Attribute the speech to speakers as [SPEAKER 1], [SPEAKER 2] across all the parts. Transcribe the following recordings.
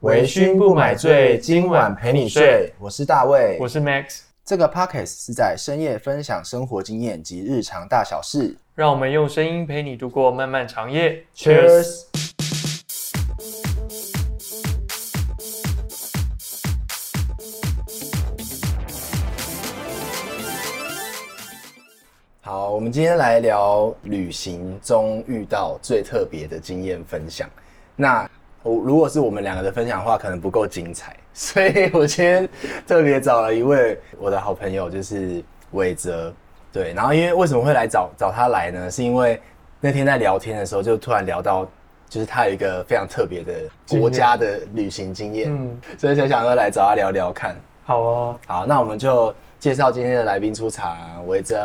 [SPEAKER 1] 微醺不买醉，今晚陪你睡。我是大卫，
[SPEAKER 2] 我是 Max，
[SPEAKER 1] 这个 podcast 是在深夜分享生活经验及日常大小事。
[SPEAKER 2] 让我们用声音陪你度过漫漫长夜。
[SPEAKER 1] Cheers！好，我们今天来聊旅行中遇到最特别的经验分享。那我如果是我们两个的分享的话，可能不够精彩，所以我今天特别找了一位我的好朋友，就是伟哲。对，然后因为为什么会来找找他来呢？是因为那天在聊天的时候，就突然聊到，就是他有一个非常特别的国家的旅行经验，
[SPEAKER 2] 嗯，
[SPEAKER 1] 所以才想说来找他聊聊看。
[SPEAKER 2] 好哦，
[SPEAKER 1] 好，那我们就介绍今天的来宾出场，啊韦哲。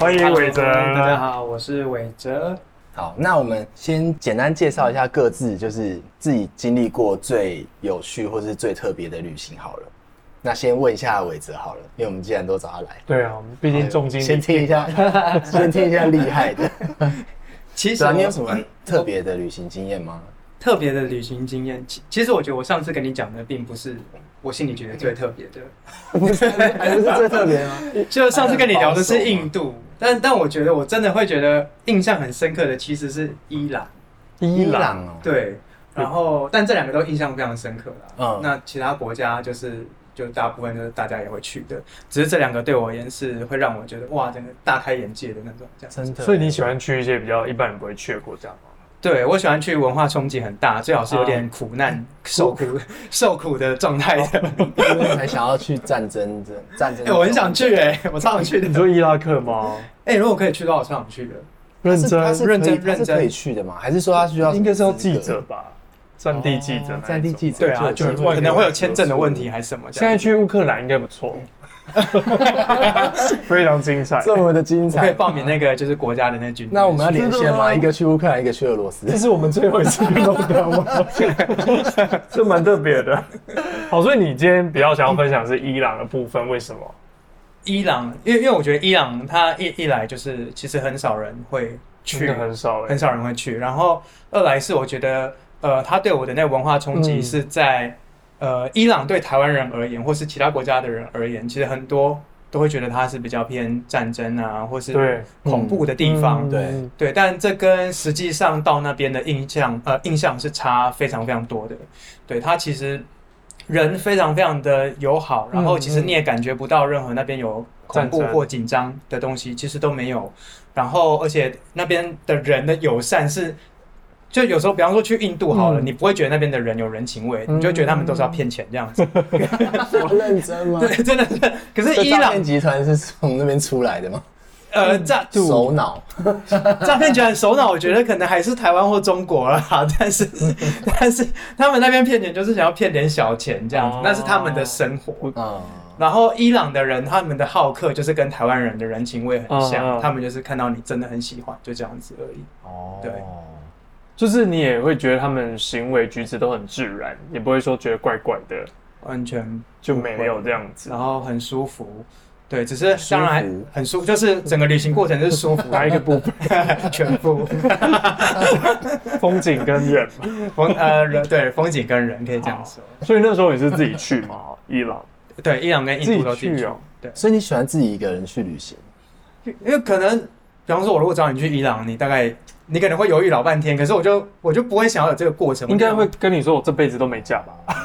[SPEAKER 2] 欢迎伟哲
[SPEAKER 3] Hello，大家好，我是伟哲。
[SPEAKER 1] 好，那我们先简单介绍一下各自，就是自己经历过最有趣或是最特别的旅行好了。那先问一下韦哲好了，因为我们既然都找他来，
[SPEAKER 2] 对啊，我们毕竟重金
[SPEAKER 1] 先
[SPEAKER 2] 礼聘
[SPEAKER 1] 听一 下，先听一下厉害的。
[SPEAKER 3] 其实
[SPEAKER 1] 对啊，
[SPEAKER 3] 我
[SPEAKER 1] 你有什么特别的旅行经验吗？
[SPEAKER 3] 特别的旅行经验？其其实我觉得我上次跟你讲的，并不是我心里觉得
[SPEAKER 1] 嗯
[SPEAKER 3] 最特别的。
[SPEAKER 1] 不是，还不是最特别 吗？
[SPEAKER 3] 就上次跟你聊的
[SPEAKER 1] 哎
[SPEAKER 3] 是印度，但但我觉得我真的会觉得印象很深刻的，其实是伊朗。
[SPEAKER 2] 伊朗，
[SPEAKER 1] 哦，
[SPEAKER 3] 对，然后但这两个都印象非常深刻啦。
[SPEAKER 1] 嗯
[SPEAKER 3] 那其他国家就是。就大部分就是大家也会去的，只是这两个对我而言是会让我觉得哇，真的大开眼界的那种。这样，
[SPEAKER 1] 真的。
[SPEAKER 2] 所 以你喜欢去一些比较一般人不会去的国家吗？
[SPEAKER 3] 对我喜欢去文化冲击很大，最好是有点苦难、受苦、 受苦的状态的。
[SPEAKER 1] 因为才想要去战争，这战争。
[SPEAKER 3] 哎、我很想去哎、我超想去的
[SPEAKER 2] 你。 说伊拉克吗？
[SPEAKER 3] 哎、如果可以去的话，我超想去的。
[SPEAKER 1] 他
[SPEAKER 2] 认
[SPEAKER 1] 是
[SPEAKER 2] 真
[SPEAKER 1] 他，是可以
[SPEAKER 3] 认真
[SPEAKER 1] 他是
[SPEAKER 3] 认真
[SPEAKER 1] 可以去的吗？还是说他需要
[SPEAKER 2] 应该是要
[SPEAKER 1] 什么资
[SPEAKER 2] 记
[SPEAKER 1] 格
[SPEAKER 2] 者？吧，战地记者那
[SPEAKER 1] 哦
[SPEAKER 2] 一种，
[SPEAKER 1] 战地记者
[SPEAKER 3] 对啊，
[SPEAKER 1] 就
[SPEAKER 3] 就是
[SPEAKER 1] 就
[SPEAKER 3] 可能会有签证的问题还是什么
[SPEAKER 2] 现
[SPEAKER 3] 这
[SPEAKER 2] 在
[SPEAKER 3] 样。
[SPEAKER 2] 去乌克兰应该不错， 非常精彩。
[SPEAKER 1] 这么的精
[SPEAKER 3] 我可以
[SPEAKER 1] 彩。
[SPEAKER 3] 报名那个就是国家的那军。
[SPEAKER 1] 嗯那我们要连线
[SPEAKER 2] 真的
[SPEAKER 1] 吗？
[SPEAKER 2] 吗
[SPEAKER 1] 一个去乌克兰，一个去俄罗斯。
[SPEAKER 2] 这是我们最后一次运动的吗？ 这蛮特别的。好，哦所以你今天比较想要分享是伊朗的部分，为什么？
[SPEAKER 3] 伊朗，因为因为我觉得伊朗它一一来就是其实很少人会
[SPEAKER 2] 去
[SPEAKER 3] 去
[SPEAKER 2] 的，很少哎、
[SPEAKER 3] 很少人会去。然后二来是我觉得，呃，他对我的那文化冲击
[SPEAKER 2] 嗯
[SPEAKER 3] 是在、呃，伊朗对台湾人而言，或是其他国家的人而言，其实很多都会觉得它是比较偏战争啊，或是
[SPEAKER 2] 对
[SPEAKER 3] 恐怖的地方。
[SPEAKER 1] 对
[SPEAKER 2] 嗯
[SPEAKER 3] 对，但这跟实际上到那边的印象，呃，印象是差非常非常多的。对他其实人非常非常的友好，然后其实
[SPEAKER 2] 嗯嗯
[SPEAKER 3] 你也感觉不到任何那边有恐怖
[SPEAKER 2] 战争
[SPEAKER 3] 或紧张的东西，其实都没有。然后而且那边的人的友善是。就有时候，比方说去印度好了，
[SPEAKER 2] 嗯
[SPEAKER 3] 你不会觉得那边的人有人情味，
[SPEAKER 2] 嗯
[SPEAKER 3] 你就觉得他们都是要骗钱这样子。
[SPEAKER 1] 这么认真吗？
[SPEAKER 3] 对，真的是。可是
[SPEAKER 1] 这
[SPEAKER 3] 伊
[SPEAKER 1] 诈
[SPEAKER 3] 朗
[SPEAKER 1] 骗，集团是从那边出来的吗？
[SPEAKER 3] 呃，
[SPEAKER 2] 嗯
[SPEAKER 3] 诈
[SPEAKER 1] 首脑
[SPEAKER 3] 诈骗集团首脑，我觉得可能还是台湾或中国啦， 但是但是他们那边骗钱就是想要骗点小钱这样子
[SPEAKER 2] 哦，
[SPEAKER 3] 那是他们的生活。
[SPEAKER 1] 啊，
[SPEAKER 3] 然后伊朗的人，他们的好客就是跟台湾人的人情味很
[SPEAKER 2] 嗯嗯
[SPEAKER 3] 像，他们就是看到你真的很喜欢，就这样子而已。
[SPEAKER 1] 哦，
[SPEAKER 3] 对
[SPEAKER 2] 就是你也会觉得他们行为举止都很自然，也不会说觉得怪怪的，
[SPEAKER 3] 完全，
[SPEAKER 2] 就没有这样子
[SPEAKER 3] 然。后很舒服，对，只是当然
[SPEAKER 1] 舒服
[SPEAKER 3] 很舒服，就是整个旅行过程是舒服
[SPEAKER 2] 哪一个部分？
[SPEAKER 3] 的，全部
[SPEAKER 2] 风景跟人嘛。
[SPEAKER 3] 风呃人对风景跟人可以这样说，
[SPEAKER 2] 所以那时候你是自己去吗？伊朗
[SPEAKER 3] 对，伊朗跟印度都
[SPEAKER 2] 自己去哦
[SPEAKER 1] 所以你喜欢自己一个人去旅行？
[SPEAKER 3] 因为可能，比方说，我如果找你去伊朗，你大概你可能会犹豫老半天，可是我就我就不会想要有这个过程，
[SPEAKER 2] 应该
[SPEAKER 3] 我
[SPEAKER 2] 会跟你说我这辈子都没嫁吧？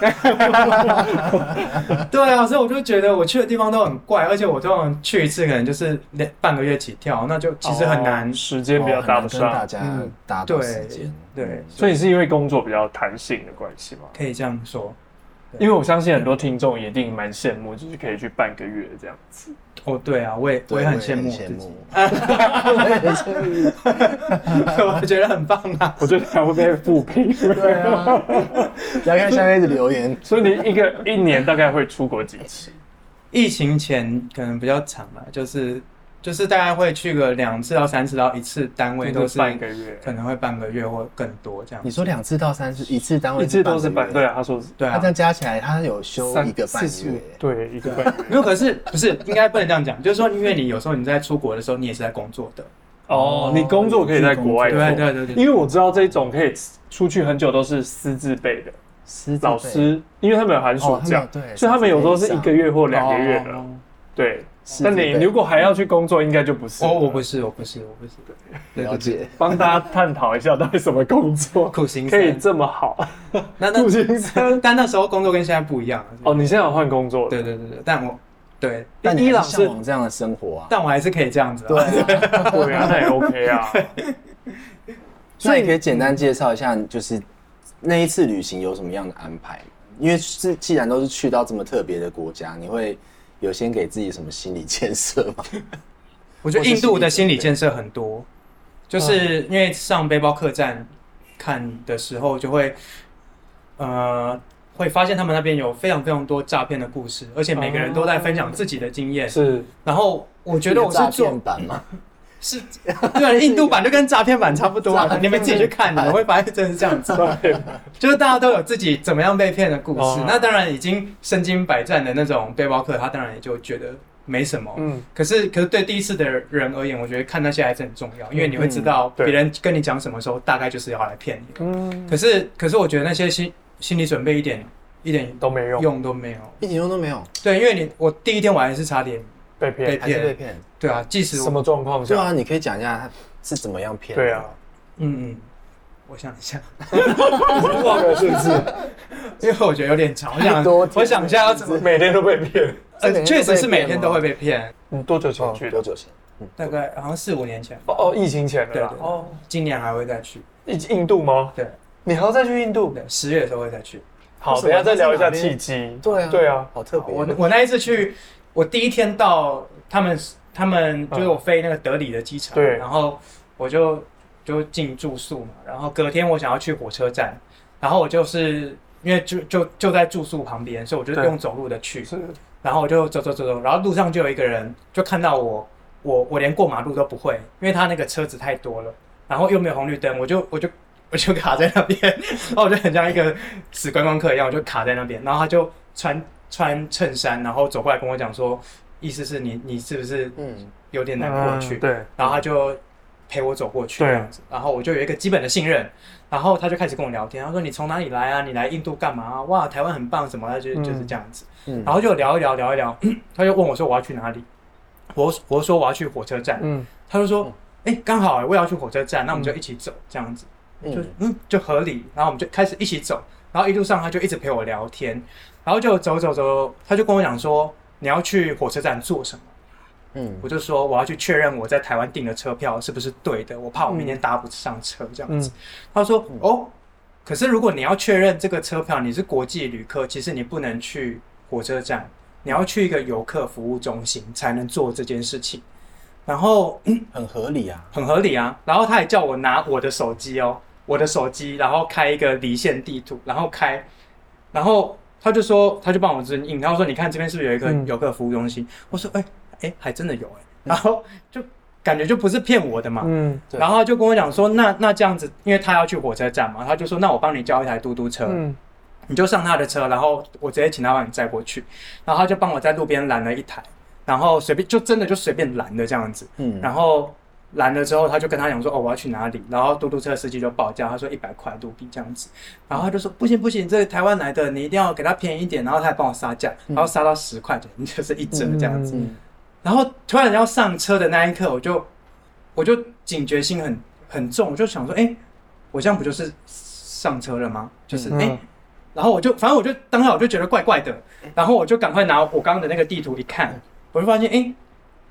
[SPEAKER 3] 就对啊，所以我就觉得我去的地方都很怪，而且我通常去一次可能就是两半个月起跳，那就其实很难，
[SPEAKER 2] 哦时间比较
[SPEAKER 1] 哦
[SPEAKER 2] 搭不
[SPEAKER 1] 很难跟大
[SPEAKER 2] 上。
[SPEAKER 1] 家
[SPEAKER 3] 嗯
[SPEAKER 1] 搭
[SPEAKER 3] 对
[SPEAKER 1] 对时间。嗯
[SPEAKER 3] 对，
[SPEAKER 2] 所以是因为工作比较弹性的关系吗？
[SPEAKER 3] 可以这样说，
[SPEAKER 2] 因为我相信很多听众一定蛮羡慕，就是可以去半个月这样子。
[SPEAKER 3] 哦，对啊，我也
[SPEAKER 1] 对
[SPEAKER 3] 我也很羡慕我
[SPEAKER 1] 羡
[SPEAKER 3] 自己
[SPEAKER 1] 慕，，我也很 羡慕。
[SPEAKER 3] 我觉得很棒啊，
[SPEAKER 2] 我觉得还会被复评。
[SPEAKER 1] 对啊，来看下面的留言，
[SPEAKER 2] 所以你一个一年大概会出国几次？
[SPEAKER 3] 疫情前可能比较长了，就是就是大概会去个两次到三次到一次，单位都
[SPEAKER 2] 就是半个月，
[SPEAKER 3] 可能会半个月或更多这样
[SPEAKER 1] 你。说两次到三次，一次单位
[SPEAKER 2] 一次都是
[SPEAKER 1] 半
[SPEAKER 2] 半。
[SPEAKER 1] 个月
[SPEAKER 2] 对啊，他说是
[SPEAKER 3] 对
[SPEAKER 1] 他
[SPEAKER 3] 啊
[SPEAKER 1] 这，样加起来，他有休
[SPEAKER 2] 三
[SPEAKER 1] 一个半
[SPEAKER 2] 四十
[SPEAKER 1] 月
[SPEAKER 2] 五。对，一个半月。
[SPEAKER 3] 没有，可是不是应该不能这样讲，就是说，因为你有时候你在出国的时候，你也是在工作的，
[SPEAKER 2] 哦，你工作可以在国外
[SPEAKER 3] 对
[SPEAKER 2] 做，
[SPEAKER 3] 对对对
[SPEAKER 2] 因为我知道这种可以出去很久都是私自备的，
[SPEAKER 1] 师
[SPEAKER 2] 老师，因为他们有寒暑
[SPEAKER 1] 哦他
[SPEAKER 2] 假
[SPEAKER 1] 们，对
[SPEAKER 2] 所以他们有时候是一个月或两个月的。
[SPEAKER 3] 哦
[SPEAKER 2] 对，
[SPEAKER 1] 师
[SPEAKER 2] 但
[SPEAKER 1] 资
[SPEAKER 2] 你
[SPEAKER 1] 费
[SPEAKER 2] 如果还要去工作，应该就不是
[SPEAKER 3] 哦，我不
[SPEAKER 2] 是
[SPEAKER 3] 是，我不是，我不是，对
[SPEAKER 1] 了解，
[SPEAKER 2] 帮大家探讨一下到底什么工作
[SPEAKER 3] 苦行
[SPEAKER 2] 可以
[SPEAKER 3] 僧。
[SPEAKER 2] 这么好。
[SPEAKER 3] 那那
[SPEAKER 2] 陆先生，
[SPEAKER 3] 但那时候工作跟现在不一样了。
[SPEAKER 2] 哦，你现在有换工作了？
[SPEAKER 3] 对对对对，但我对，
[SPEAKER 1] 但
[SPEAKER 2] 伊
[SPEAKER 1] 你还
[SPEAKER 2] 朗
[SPEAKER 1] 是
[SPEAKER 2] 是
[SPEAKER 1] 向往这样的生活啊？
[SPEAKER 3] 但我还是可以这样子、啊。
[SPEAKER 1] 对啊，
[SPEAKER 2] 对啊，那也 OK 啊。
[SPEAKER 1] 那你可以简单介绍一下，就是那一次旅行有什么样的安排？因为是既然都是去到这么特别的国家，你会有先给自己什么心理建设吗？
[SPEAKER 3] 我觉得印度的心理建设很多，就是
[SPEAKER 1] 嗯
[SPEAKER 3] 因为上背包客栈看的时候，就会呃会发现他们那边有非常非常多诈骗的故事，而且每个人都在分享自己的经验。
[SPEAKER 2] 是，
[SPEAKER 3] 然后我 觉得我是
[SPEAKER 1] 诈
[SPEAKER 3] 做
[SPEAKER 1] 骗版吗？
[SPEAKER 3] 是， 对，啊印度版就跟诈骗版差不多
[SPEAKER 1] 诈
[SPEAKER 3] 啊，
[SPEAKER 1] 骗
[SPEAKER 3] 你们自己去看，你们会发现真的是这样子。
[SPEAKER 2] 对，
[SPEAKER 3] 就是大家都有自己怎么样被骗的故事
[SPEAKER 2] 哦。
[SPEAKER 3] 那当然，已经身经百战的那种背包客，他当然也就觉得没什么。
[SPEAKER 2] 嗯，
[SPEAKER 3] 可是，可是对第一次的人而言，我觉得看那些还是很重要，因为你会知道
[SPEAKER 2] 嗯对
[SPEAKER 3] 别人跟你讲什么时候，大概就是要来骗你。
[SPEAKER 2] 嗯，
[SPEAKER 3] 可是，可是我觉得那些心心理准备一点一点
[SPEAKER 2] 都没用，
[SPEAKER 3] 用都没有。
[SPEAKER 1] 一点用都没有，
[SPEAKER 3] 对，因为你我第一天我还是差点，
[SPEAKER 2] 被
[SPEAKER 3] 被
[SPEAKER 2] 骗，
[SPEAKER 1] 还是被骗？
[SPEAKER 3] 对啊，即使
[SPEAKER 2] 什
[SPEAKER 3] 我，
[SPEAKER 2] 么状况
[SPEAKER 1] 对
[SPEAKER 2] 下？
[SPEAKER 1] 啊，你可以讲一下他是怎么样骗？
[SPEAKER 2] 对啊，，
[SPEAKER 3] 嗯嗯，我想一下，
[SPEAKER 2] 忘了是不是？
[SPEAKER 3] 因为我觉得有点长，我 想
[SPEAKER 1] 多天
[SPEAKER 3] 我想一下要怎么，
[SPEAKER 2] 每天都被骗。
[SPEAKER 1] 这每
[SPEAKER 3] 呃，
[SPEAKER 1] 天都
[SPEAKER 3] 确实是每
[SPEAKER 1] 被骗
[SPEAKER 3] 天
[SPEAKER 1] 吗
[SPEAKER 3] 都会被骗，
[SPEAKER 2] 你多久前
[SPEAKER 1] 哦
[SPEAKER 2] 去的
[SPEAKER 1] 多？久前？
[SPEAKER 3] 大概好像四五年前吧，
[SPEAKER 2] 哦哦，疫情前的
[SPEAKER 3] 对
[SPEAKER 2] 啦
[SPEAKER 3] 对对
[SPEAKER 2] 哦，
[SPEAKER 3] 今年还会再去，
[SPEAKER 2] 印印度吗？
[SPEAKER 3] 对
[SPEAKER 2] 你还要再去印度？
[SPEAKER 3] 对，十月的时候会再去。
[SPEAKER 2] 好，
[SPEAKER 1] 为什
[SPEAKER 2] 等
[SPEAKER 1] 么
[SPEAKER 2] 一下再聊一下
[SPEAKER 1] 那是哪
[SPEAKER 2] 契
[SPEAKER 1] 边
[SPEAKER 2] 机。
[SPEAKER 1] 对啊，
[SPEAKER 2] 对啊，
[SPEAKER 1] 好特别
[SPEAKER 3] 我
[SPEAKER 1] 哦。
[SPEAKER 3] 我那一次去，我第一天到他们他们就是我飞那个德里的机场，
[SPEAKER 2] 嗯对
[SPEAKER 3] 然后我就就进住宿嘛，然后隔天我想要去火车站，然后我就是因为就就就在住宿旁边，所以我就
[SPEAKER 2] 对
[SPEAKER 3] 用走路的去，
[SPEAKER 2] 是
[SPEAKER 3] 然后我就走走走走，然后路上就有一个人就看到我，我我连过马路都不会，因为他那个车子太多了，然后又没有红绿灯，我就我就我就卡在那边， 然后我就很像一个死观光客一样，我就卡在那边，然后他就穿穿衬衫，然后走过来跟我讲说，意思是你你是不是
[SPEAKER 1] 嗯，
[SPEAKER 3] 有点难过去？
[SPEAKER 2] 嗯对，
[SPEAKER 3] 然后他就陪我走过去
[SPEAKER 2] 对
[SPEAKER 3] 这样子，然后我就有一个基本的信任，然后他就开始跟我聊天，他说你从哪里来啊？你来印度干嘛啊？哇，台湾很棒什么的，就
[SPEAKER 2] 嗯
[SPEAKER 3] 就是这样子，
[SPEAKER 1] 嗯
[SPEAKER 3] 然后就聊一聊聊一聊， 他就问我说我要去哪里，我我说我要去火车站，
[SPEAKER 2] 嗯，
[SPEAKER 3] 他就
[SPEAKER 1] 嗯
[SPEAKER 3] 说哎刚好我也要去火车站，那我们就一起走这样子，就
[SPEAKER 1] 嗯
[SPEAKER 3] 嗯就合理，然后我们就开始一起走，然后一路上他就一直陪我聊天，然后就走走走，他就跟我讲说你要去火车站做什么。
[SPEAKER 1] 嗯
[SPEAKER 3] 我就说我要去确认我在台湾订的车票是不是对的，我怕我明天搭不上车这样子。他说哦，可是如果你要确认这个车票你是国际旅客，其实你不能去火车站，你要去一个游客服务中心才能做这件事情。然后嗯
[SPEAKER 1] 很合理啊。
[SPEAKER 3] 很合理啊，然后他还叫我拿我的手机哦，我的手机，然后开一个离线地图，然后开，然后他就说他就帮我指引，然后说你看这边是不是有一个
[SPEAKER 2] 嗯
[SPEAKER 3] 游客服务中心？我说哎哎、还真的有哎、然后就感觉就不是骗我的嘛，
[SPEAKER 2] 嗯
[SPEAKER 1] 对
[SPEAKER 3] 然后他就跟我讲说那那这样子，因为他要去火车站嘛，他就说那我帮你叫一台嘟嘟车，
[SPEAKER 2] 嗯，
[SPEAKER 3] 你就上他的车，然后我直接请他帮你载过去，然后他就帮我在路边拦了一台，然后随便就真的就随便拦的这样子。
[SPEAKER 1] 嗯，
[SPEAKER 3] 然后拦了之后，他就跟他讲说：“哦，我要去哪里？”然后嘟嘟车司机就报价，他说一百块卢比这样子。然后他就说：“不行不行，这个台湾来的，你一定要给他便宜一点。”然后他还帮我杀价，然后杀到十块钱，就是一折这样子。
[SPEAKER 2] 嗯
[SPEAKER 3] 然后突然要上车的那一刻，我就我就警觉性很很重，我就想说：“哎、我这样不就是上车了吗？就是哎。
[SPEAKER 2] 嗯
[SPEAKER 3] 然后我就，反正我就当下我就觉得怪怪的，然后我就赶快拿我刚刚的那个地图一看，我就发现，哎，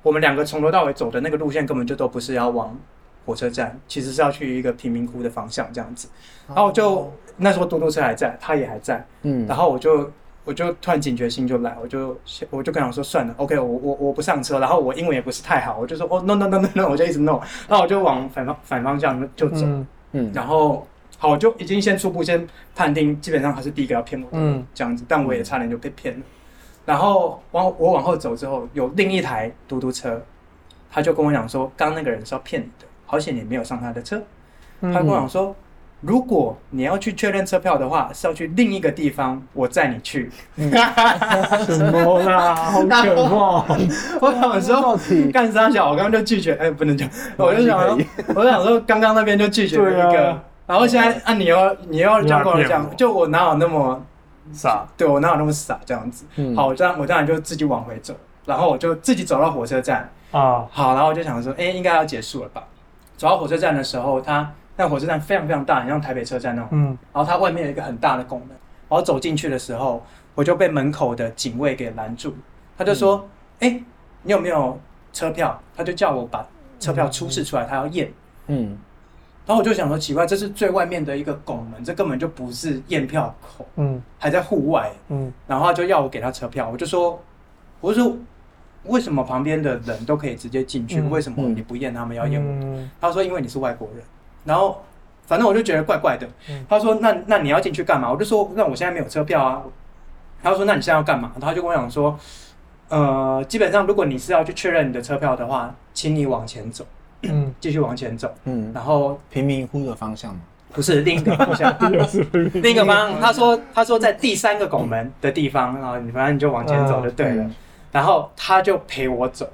[SPEAKER 3] 我们两个从头到尾走的那个路线根本就都不是要往火车站，其实是要去一个贫民窟的方向这样子。然后我就那时候嘟嘟车还在，他也还在，
[SPEAKER 1] 嗯
[SPEAKER 3] 然后我就我就突然警觉心就来，我就我就跟他说算了，OK，我我我不上车，然后我英文也不是太好，我就说哦 no no no no no，我就一直 no，然后我就往反方反方向就走，
[SPEAKER 2] 嗯
[SPEAKER 1] 嗯
[SPEAKER 3] 然后好，我就已经先初步先判定，基本上他是第一个要骗我的，
[SPEAKER 2] 嗯
[SPEAKER 3] 这样子，但我也差点就被骗了。然后往我往后走之后，有另一台嘟嘟车，他就跟我讲说，刚那个人是要骗你的，好险你没有上他的车。
[SPEAKER 2] 嗯
[SPEAKER 3] 他跟我讲说，如果你要去确认车票的话，是要去另一个地方，我载你 去。
[SPEAKER 2] 什么啦？好可怕！
[SPEAKER 3] 我想说
[SPEAKER 1] 到底
[SPEAKER 3] 干 啥小，我刚刚就拒绝，哎，不能讲，我就想
[SPEAKER 1] 可
[SPEAKER 3] 说，我就想说，刚刚那边就拒绝了一
[SPEAKER 2] 对
[SPEAKER 3] 个
[SPEAKER 2] 啊
[SPEAKER 3] 然后现在啊，你要你要这样跟我
[SPEAKER 2] 你要骗
[SPEAKER 3] 讲，
[SPEAKER 2] 我
[SPEAKER 3] 就我哪有那么
[SPEAKER 2] 傻，
[SPEAKER 3] 对我哪有那么傻这样子？
[SPEAKER 1] 嗯
[SPEAKER 3] 好，我当我当然就自己往回走，然后我就自己走到火车站。
[SPEAKER 2] 啊，
[SPEAKER 3] 好，然后我就想说，哎、应该要结束了吧？走到火车站的时候，它那火车站非常非常大，很像台北车站那种。
[SPEAKER 2] 嗯，
[SPEAKER 3] 然后它外面有一个很大的拱门，然后走进去的时候，我就被门口的警卫给拦住，他就说：“哎、你有没有车票？”他就叫我把车票出示出来，他要验。
[SPEAKER 1] 嗯，
[SPEAKER 3] 然后我就想说，奇怪，这是最外面的一个拱门，这根本就不是验票口，
[SPEAKER 2] 嗯
[SPEAKER 3] 还在户外。
[SPEAKER 2] 嗯
[SPEAKER 3] 然后他就要我给他车票，我就说，我就说，为什么旁边的人都可以直接进去，
[SPEAKER 2] 嗯
[SPEAKER 3] 为什么
[SPEAKER 1] 嗯
[SPEAKER 3] 你不验他们要验我？
[SPEAKER 2] 嗯，
[SPEAKER 3] 他说因为你是外国人，然后反正我就觉得怪怪的。
[SPEAKER 2] 嗯
[SPEAKER 3] 他说那那你要进去干嘛？我就说那我现在没有车票啊。他说那你现在要干嘛？他就跟我讲说，呃，基本上如果你是要去确认你的车票的话，请你往前走，
[SPEAKER 2] 嗯，
[SPEAKER 3] 继续往前走，
[SPEAKER 1] 嗯，
[SPEAKER 3] 然后
[SPEAKER 1] 贫民窟的方向嘛，
[SPEAKER 3] 不是另一个 方向。
[SPEAKER 2] 又是被骗
[SPEAKER 3] 另一个方向，他说他说在第三个拱门的地方，然后你反正你就往前走就对啊了。
[SPEAKER 1] 嗯
[SPEAKER 3] 然后他就陪我走，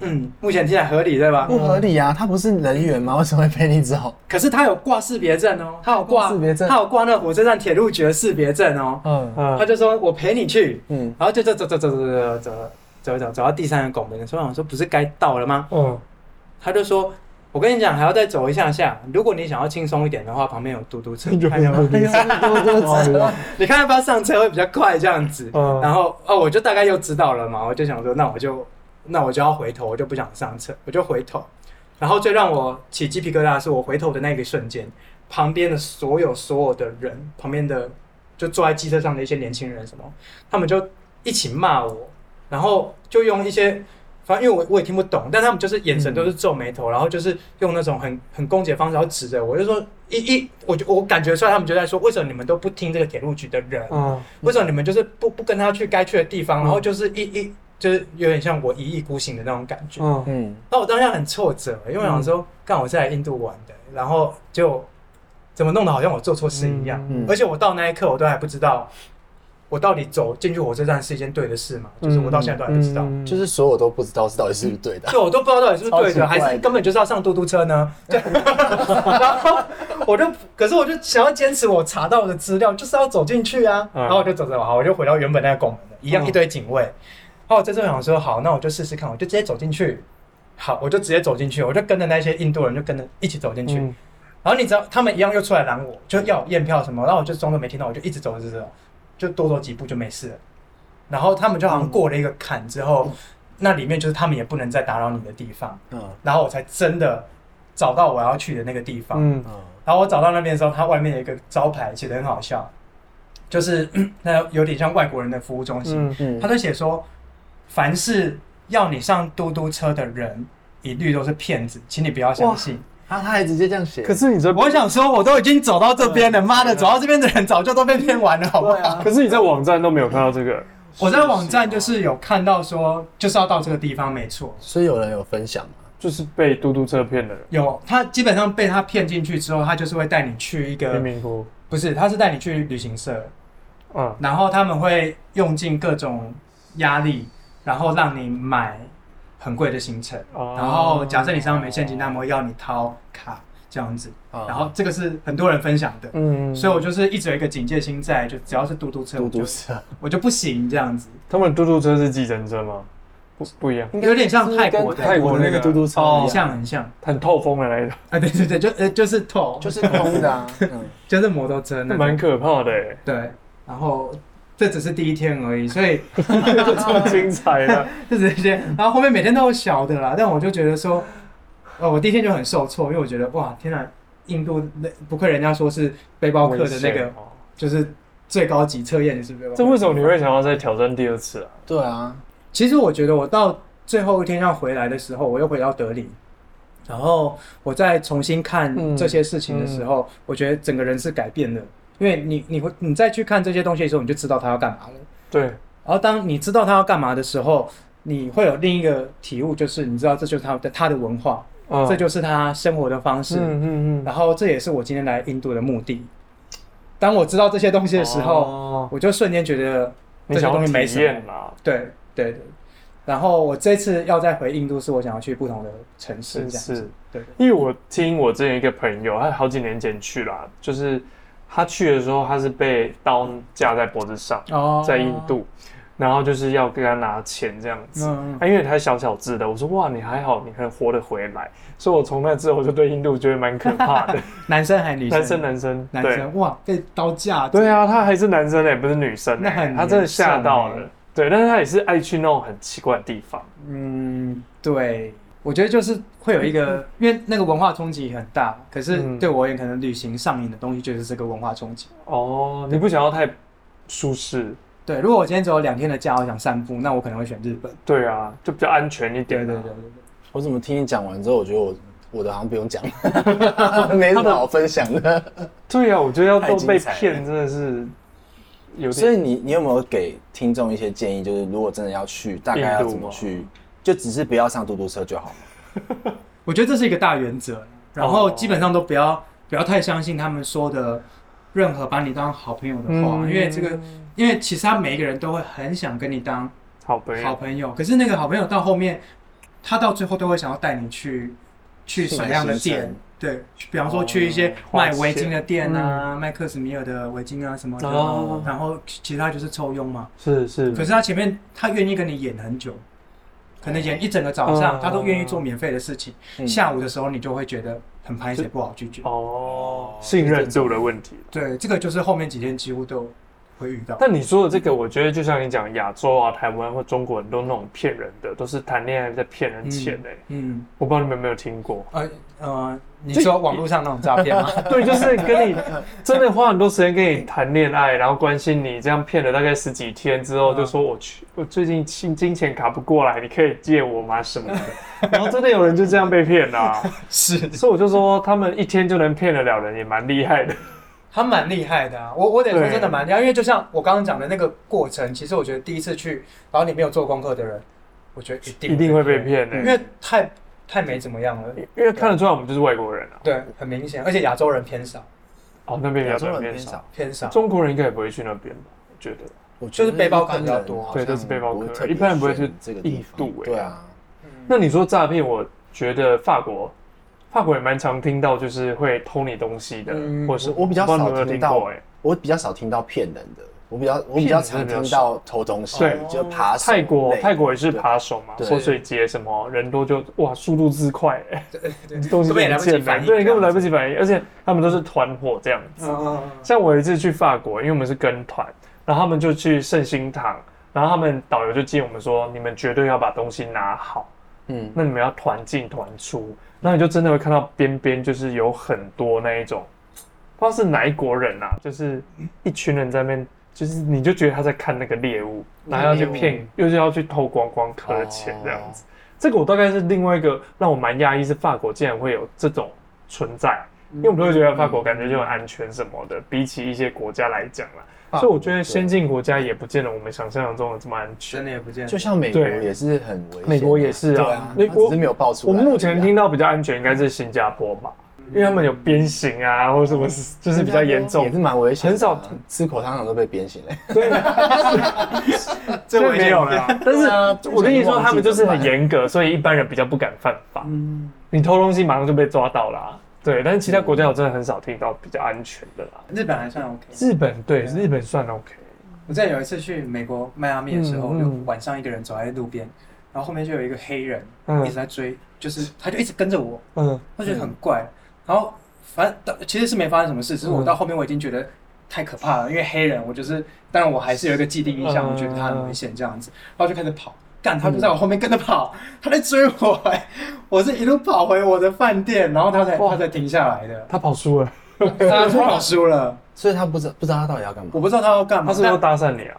[SPEAKER 3] 嗯，目前听起来合理对吧？
[SPEAKER 1] 不合理啊！他不是人员吗？为什么会被你走？
[SPEAKER 3] 可是他有挂识别证哦，他有挂
[SPEAKER 1] 挂识别证
[SPEAKER 3] 他有挂那个火车站铁路局的识别证哦。
[SPEAKER 1] 嗯
[SPEAKER 2] 啊
[SPEAKER 3] 他就说我陪你去，
[SPEAKER 1] 嗯，
[SPEAKER 3] 然后就走走走走走走走走走走到第三个拱门的时候，我说不是该到了吗？
[SPEAKER 2] 嗯
[SPEAKER 3] 他就说。我跟你讲，还要再走一下下。如果你想要轻松一点的话，旁边有嘟嘟车，
[SPEAKER 2] 你就
[SPEAKER 3] 看要不要
[SPEAKER 2] 不要哦
[SPEAKER 3] 你看要不要上车会比较快这样子。
[SPEAKER 2] 嗯
[SPEAKER 3] 然后哦，我就大概又知道了嘛，我就想说，那我就那我就要回头，我就不想上车，我就回头。然后最让我起鸡皮疙瘩的是，我回头的那个瞬间，旁边的所有所有的人，旁边的就坐在机车上的一些年轻人什么，他们就一起骂我，然后就用一些。反正因为我我也听不懂，但他们就是眼神
[SPEAKER 2] 嗯
[SPEAKER 3] 都是皱眉头，然后就是用那种很很攻击的方式，然后指着我，就说一一，我就我感觉出来他们就在说，为什么你们都不听这个铁路局的人？
[SPEAKER 2] 嗯
[SPEAKER 3] 为什么你们就是不不跟他去该去的地方，然后就是一一就是有点像我一意孤行的那种感觉。
[SPEAKER 2] 嗯
[SPEAKER 1] 嗯，
[SPEAKER 3] 那我当下很挫折，因为我想说，干、我是来印度玩的，然后就怎么弄得好像我做错事一样。
[SPEAKER 1] 嗯
[SPEAKER 3] 而且我到那一刻，我都还不知道我到底走进去火车站是一件对的事吗？就是我到现在都还不知道，
[SPEAKER 2] 嗯
[SPEAKER 1] 就是所有都不知道是到底是不是对的。
[SPEAKER 3] 对，我都不知道到底是不是对
[SPEAKER 1] 超
[SPEAKER 3] 的，
[SPEAKER 1] 奇怪
[SPEAKER 3] 还
[SPEAKER 1] 的
[SPEAKER 3] 是根本就是要上嘟嘟车呢？ 对，然后我就，可是我就想要坚持我查到的资料，就是要走进去啊。
[SPEAKER 2] 嗯
[SPEAKER 3] 然后我就走走，好，我就回到原本那个拱门了，一样
[SPEAKER 2] 嗯
[SPEAKER 3] 一堆警卫。然后我这时候想说，好，那我就试试看，我就直接走进去。好，我就直接走进去，我就跟着那些印度人就跟着一起走进去。
[SPEAKER 2] 嗯
[SPEAKER 3] 然后你知道，他们一样又出来拦我，就要验票什么，然后我就装作没听到，我就一直走着走着，就多走几步就没事了。然后他们就好像过了一个坎之后，那里面就是他们也不能再打扰你的地方，
[SPEAKER 1] 嗯
[SPEAKER 3] 然后我才真的找到我要去的那个地方。
[SPEAKER 2] 嗯
[SPEAKER 1] 嗯
[SPEAKER 3] 然后我找到那边的时候，它外面有一个招牌写的很好笑，就是 那有点像外国人的服务中心，
[SPEAKER 2] 嗯
[SPEAKER 1] 嗯
[SPEAKER 3] 他就写说，凡是要你上嘟嘟车的人，一律都是骗子，请你不要相信。
[SPEAKER 1] 他他还直接这样写，
[SPEAKER 2] 可是你这
[SPEAKER 3] 我想说，我都已经走到这边了，妈的，走到这边的人早就都被骗完了，好不好？
[SPEAKER 2] 可是你在网站都没有看到这个，
[SPEAKER 3] 我在网站就是有看到说，就是要到这个地方，没错。
[SPEAKER 1] 所以有人有分享嘛？
[SPEAKER 2] 就是被嘟嘟车骗的人，
[SPEAKER 3] 有，他基本上被他骗进去之后，他就是会带你去一
[SPEAKER 2] 贫
[SPEAKER 3] 个，
[SPEAKER 2] 民窟，
[SPEAKER 3] 不是，他是带你去旅行社，
[SPEAKER 2] 嗯
[SPEAKER 3] 然后他们会用尽各种压力，然后让你买很贵的行程，
[SPEAKER 2] 哦
[SPEAKER 3] 然后假设你身上没现金，那么要你掏卡这样子，
[SPEAKER 1] 啊
[SPEAKER 3] 然后这个是很多人分享的，
[SPEAKER 2] 嗯，
[SPEAKER 3] 所以我就是一直有一个警戒心在，就只要是嘟嘟车，
[SPEAKER 1] 嘟
[SPEAKER 3] 我就
[SPEAKER 1] 嘟车
[SPEAKER 3] 我就不行这样子，
[SPEAKER 2] 他们嘟嘟车是计程车吗？不不一样，
[SPEAKER 3] 有点像泰国
[SPEAKER 1] 跟
[SPEAKER 3] 的，
[SPEAKER 1] 泰国那个嘟嘟车一
[SPEAKER 3] 很
[SPEAKER 1] 样，
[SPEAKER 3] 像很像
[SPEAKER 2] 很透风的那一种，
[SPEAKER 3] 啊，对对对，就呃就是头，
[SPEAKER 1] 就是空的啊。嗯
[SPEAKER 3] 就是摩托车那种
[SPEAKER 2] 蛮可怕的欸，
[SPEAKER 3] 对，然后这只是第一天而已，所以
[SPEAKER 2] 这么精彩的，
[SPEAKER 3] 这只是一些，然后后面每天都有小的啦，但我就觉得说，哦，我第一天就很受挫，因为我觉得哇，天哪，印度那不愧人家说是背包客的那
[SPEAKER 2] 危
[SPEAKER 3] 个
[SPEAKER 2] 险，哦
[SPEAKER 3] 就是最高级测验，就是背包客
[SPEAKER 2] 这为什么你会想要再挑战第二次啊？
[SPEAKER 1] 对啊，
[SPEAKER 3] 其实我觉得我到最后一天要回来的时候，我又回到德里，然后我再重新看
[SPEAKER 2] 嗯
[SPEAKER 3] 这些事情的时候，我觉得整个人是改变的，因为你你会你再去看这些东西的时候，你就知道他要干嘛了。
[SPEAKER 2] 对，
[SPEAKER 3] 然后当你知道他要干嘛的时候，你会有另一个体悟，就是你知道这就是他的他的文化，
[SPEAKER 2] 嗯
[SPEAKER 3] 这就是他生活的方式。
[SPEAKER 2] 嗯嗯嗯，
[SPEAKER 3] 然后这也是我今天来印度的目的。当我知道这些东西的时候，
[SPEAKER 2] 哦
[SPEAKER 3] 我就瞬间觉得
[SPEAKER 2] 你
[SPEAKER 3] 这些
[SPEAKER 2] 想要
[SPEAKER 3] 东西没
[SPEAKER 2] 体
[SPEAKER 3] 什
[SPEAKER 2] 验
[SPEAKER 3] 么。
[SPEAKER 2] 啦，
[SPEAKER 3] 对对对，然后我这次要再回印度，是我想要去不同的城市
[SPEAKER 2] 真
[SPEAKER 3] 这样子。
[SPEAKER 2] 是，
[SPEAKER 3] 对，
[SPEAKER 2] 因为我听我之前一个朋友，他好几年前去啦，就是他去的时候，他是被刀架在脖子上，
[SPEAKER 3] 哦
[SPEAKER 2] 在印，度，然后就是要跟他拿钱这样子。
[SPEAKER 3] 嗯，
[SPEAKER 2] 啊，因为他小小只的，我说哇，你还好，你还活得回来。所以我从那之后就对印度觉得蛮可怕的，
[SPEAKER 3] 男生还是 女生？
[SPEAKER 2] 男生男生
[SPEAKER 3] 男
[SPEAKER 2] 对
[SPEAKER 3] 生，哇，被刀架，
[SPEAKER 2] 对啊，他还是男生嘞、不是女生、
[SPEAKER 3] 那
[SPEAKER 2] 欸，
[SPEAKER 3] 很
[SPEAKER 2] 他真的
[SPEAKER 3] 严重
[SPEAKER 2] 吓到
[SPEAKER 3] 欸
[SPEAKER 2] 了。对，但是他也是爱去那种很奇怪的地方。
[SPEAKER 3] 嗯，对，我觉得就是会有一个，因为那个文化冲击很大，可是
[SPEAKER 2] 嗯
[SPEAKER 3] 对我而言，可能旅行上瘾的东西就是这个文化冲击。
[SPEAKER 2] 哦，你不想要太舒适？
[SPEAKER 3] 对，如果我今天只有两天的假，我想散步，那我可能会选日本。
[SPEAKER 2] 对啊，就比较安全一点、啊。
[SPEAKER 3] 对对对对对。
[SPEAKER 1] 我怎么听你讲完之后，我觉得我我的好像不 用讲，没什么好分享的。
[SPEAKER 2] 对啊，我觉得要
[SPEAKER 1] 太
[SPEAKER 2] 都
[SPEAKER 1] 精
[SPEAKER 2] 被
[SPEAKER 1] 彩了
[SPEAKER 2] 骗真的是有
[SPEAKER 1] 所
[SPEAKER 2] 点
[SPEAKER 1] 以你你有没有给听众一些建议？就是如果真的要去，大概要怎么去？就只是不要上嘟嘟车就好。
[SPEAKER 3] 我觉得这是一个大原则，然后基本上都不要、不要太相信他们说的任何把你当好朋友的话，
[SPEAKER 2] 嗯
[SPEAKER 3] 嗯因为这个，因为其实他每一个人都会很想跟你当
[SPEAKER 2] 好啊朋
[SPEAKER 3] 好
[SPEAKER 2] 友，
[SPEAKER 3] 朋友，可是那个好朋友到后面，他到最后都会想要带你去去什么样的
[SPEAKER 1] 去买行
[SPEAKER 3] 店
[SPEAKER 1] 程？
[SPEAKER 3] 对，比方说去一些
[SPEAKER 2] 哦嗯
[SPEAKER 3] 卖围巾的店啊，卖克什米尔的围巾啊什么的，
[SPEAKER 2] 哦
[SPEAKER 3] 然后其实他就是抽佣嘛。
[SPEAKER 2] 是是，
[SPEAKER 3] 可是他前面他愿意跟你演很久，可能演一整个早上，
[SPEAKER 2] 嗯
[SPEAKER 3] 他都愿意做免费的事情。
[SPEAKER 1] 嗯
[SPEAKER 3] 下午的时候你就会觉得很拍谁不好拒绝。
[SPEAKER 2] 哦，信任度的问题。
[SPEAKER 3] 对，这个就是后面几天几乎都会遇到。
[SPEAKER 2] 但你说的这个，我觉得就像你讲，亚洲啊、台湾或中国很多那种骗人的，都是谈恋爱在骗人钱嘞、
[SPEAKER 3] 嗯，？
[SPEAKER 2] 我不知道你们有没有听过
[SPEAKER 3] 呃呃，你说网络上那种诈骗 吗？
[SPEAKER 2] 对，就是跟你真的花很多时间跟你谈恋爱，然后关心你，这样骗了大概十几天之后，
[SPEAKER 3] 嗯
[SPEAKER 2] 就说我去，我最近金金钱卡不过来，你可以借我吗？什 么的。然后真的有人就这样被骗啦、
[SPEAKER 3] 是，
[SPEAKER 2] 所以我就说，他们一天就能骗得了人，也蛮厉害的。
[SPEAKER 3] 他蛮厉害的啊，我我得说
[SPEAKER 2] 对
[SPEAKER 3] 真的蛮厉害，因为就像我刚刚讲的那个过程，其实我觉得第一次去，然后你没有做功课的人，我觉得一定
[SPEAKER 2] 一定会被骗的
[SPEAKER 3] 因为太太没怎么样了，
[SPEAKER 2] 因为看得出来我们就是外国人啊。
[SPEAKER 3] 对，很明显，而且亚洲人偏少
[SPEAKER 2] 哦，那边比
[SPEAKER 1] 亚
[SPEAKER 2] 较
[SPEAKER 1] 洲人
[SPEAKER 2] 偏
[SPEAKER 1] 偏
[SPEAKER 2] 少
[SPEAKER 1] 少，，嗯
[SPEAKER 3] 偏少，
[SPEAKER 2] 中国人应该也不会去那边吧？我觉得。
[SPEAKER 1] 我
[SPEAKER 3] 就是背包客比较多
[SPEAKER 2] 对都是背包客
[SPEAKER 1] 客，
[SPEAKER 2] 一般人不会去
[SPEAKER 1] 这个地方
[SPEAKER 2] 印度欸
[SPEAKER 1] 对啊，
[SPEAKER 2] 那你说诈骗，我觉得法国，法国也蛮常听到，就是会偷你东西的，
[SPEAKER 1] 嗯
[SPEAKER 2] 或者是
[SPEAKER 1] 我我比较
[SPEAKER 2] 不知道你
[SPEAKER 1] 少
[SPEAKER 2] 有没有
[SPEAKER 1] 听
[SPEAKER 2] 听
[SPEAKER 1] 到
[SPEAKER 2] 过哎、
[SPEAKER 1] 我比较少听到骗人的，我比较我比较常听到偷东西
[SPEAKER 2] 骗人，的比较
[SPEAKER 1] 就扒手
[SPEAKER 2] 泰国
[SPEAKER 1] 类
[SPEAKER 2] 泰国也是扒手嘛，
[SPEAKER 1] 对
[SPEAKER 2] 泼水节什么人多就哇，速度之快、 欸，东西
[SPEAKER 3] 根
[SPEAKER 2] 就
[SPEAKER 3] 本也来
[SPEAKER 2] 不
[SPEAKER 3] 不及
[SPEAKER 2] 见
[SPEAKER 3] 反
[SPEAKER 2] 了，
[SPEAKER 3] 应，
[SPEAKER 2] 对，根本来不及反应，而且他们都是团伙这样子。
[SPEAKER 3] 嗯。嗯嗯
[SPEAKER 2] 像我有一次去法国，因为我们是跟团，然后他们就去圣心堂，然后他们导游就建议我们说，你们绝对要把东西拿好，
[SPEAKER 1] 嗯，
[SPEAKER 2] 那你们要团进团出，那你就真的会看到边边就是有很多那一种，不知道是哪一国人啊，就是一群人在那边，就是你就觉得他在看那个猎物，然后要去骗，又是要去偷光光客的钱这样子。这个我大概是另外一个让我蛮压抑，是法国竟然会有这种存在，因为我们都会觉得法国感觉就很安全什么的，比起一些国家来讲啦，
[SPEAKER 3] 啊
[SPEAKER 2] 所以我觉得先进国家也不见得我们想象中的这么安全
[SPEAKER 3] 真。的也不见
[SPEAKER 1] 就像美国
[SPEAKER 2] 对
[SPEAKER 1] 也是很危险啊，
[SPEAKER 2] 美国也是啊
[SPEAKER 1] 对啊，
[SPEAKER 2] 美国
[SPEAKER 1] 它只是没有爆出
[SPEAKER 2] 我
[SPEAKER 1] 来而已啊。
[SPEAKER 2] 目前听到比较安全应该是新加坡吧，
[SPEAKER 3] 嗯
[SPEAKER 2] 因为他们有鞭刑啊，或者什么，就是比较严重
[SPEAKER 1] 也是。蛮危险的啊，
[SPEAKER 2] 很少
[SPEAKER 1] 吃口香糖都被鞭刑嘞。
[SPEAKER 2] 对，
[SPEAKER 3] 这
[SPEAKER 2] 这
[SPEAKER 3] 我也
[SPEAKER 2] 没有啦。 但
[SPEAKER 1] 对啊
[SPEAKER 2] 是我跟你说，他们就是很严格，所以一般人比较不敢犯法。
[SPEAKER 3] 嗯，
[SPEAKER 2] 你偷东西马上就被抓到啦。对，但是其他国家我真的很少听到比较安全的啦。嗯
[SPEAKER 3] 日本还算 OK。
[SPEAKER 2] 日本对，日本算 OK。
[SPEAKER 3] 我之前有一次去美国迈阿密的时候，
[SPEAKER 2] 嗯
[SPEAKER 3] 就
[SPEAKER 2] 嗯
[SPEAKER 3] 晚上一个人走在路边，然后后面就有一个黑人
[SPEAKER 2] 嗯
[SPEAKER 3] 一直在追，就是他就一直跟着我，
[SPEAKER 2] 嗯，嗯
[SPEAKER 3] 我觉得很怪。然后反正到其实是没发生什么事，只是我到后面我已经觉得太可怕了，因为黑人我就是，当然我还是有一个既定印象，
[SPEAKER 2] 嗯
[SPEAKER 3] 我觉得他很危险这样子，然后就开始跑。干，他就在我后面跟着跑，他在追我、哎我是一路跑回我的饭店，然后他才
[SPEAKER 2] 哇
[SPEAKER 3] 他才停下来的。
[SPEAKER 2] 他跑输了，
[SPEAKER 3] 他跑输了，
[SPEAKER 1] 所以他不知不知道他到底要干嘛
[SPEAKER 3] 我。不知道他要干
[SPEAKER 2] 他
[SPEAKER 3] 嘛。
[SPEAKER 2] 是不是要搭讪你啊？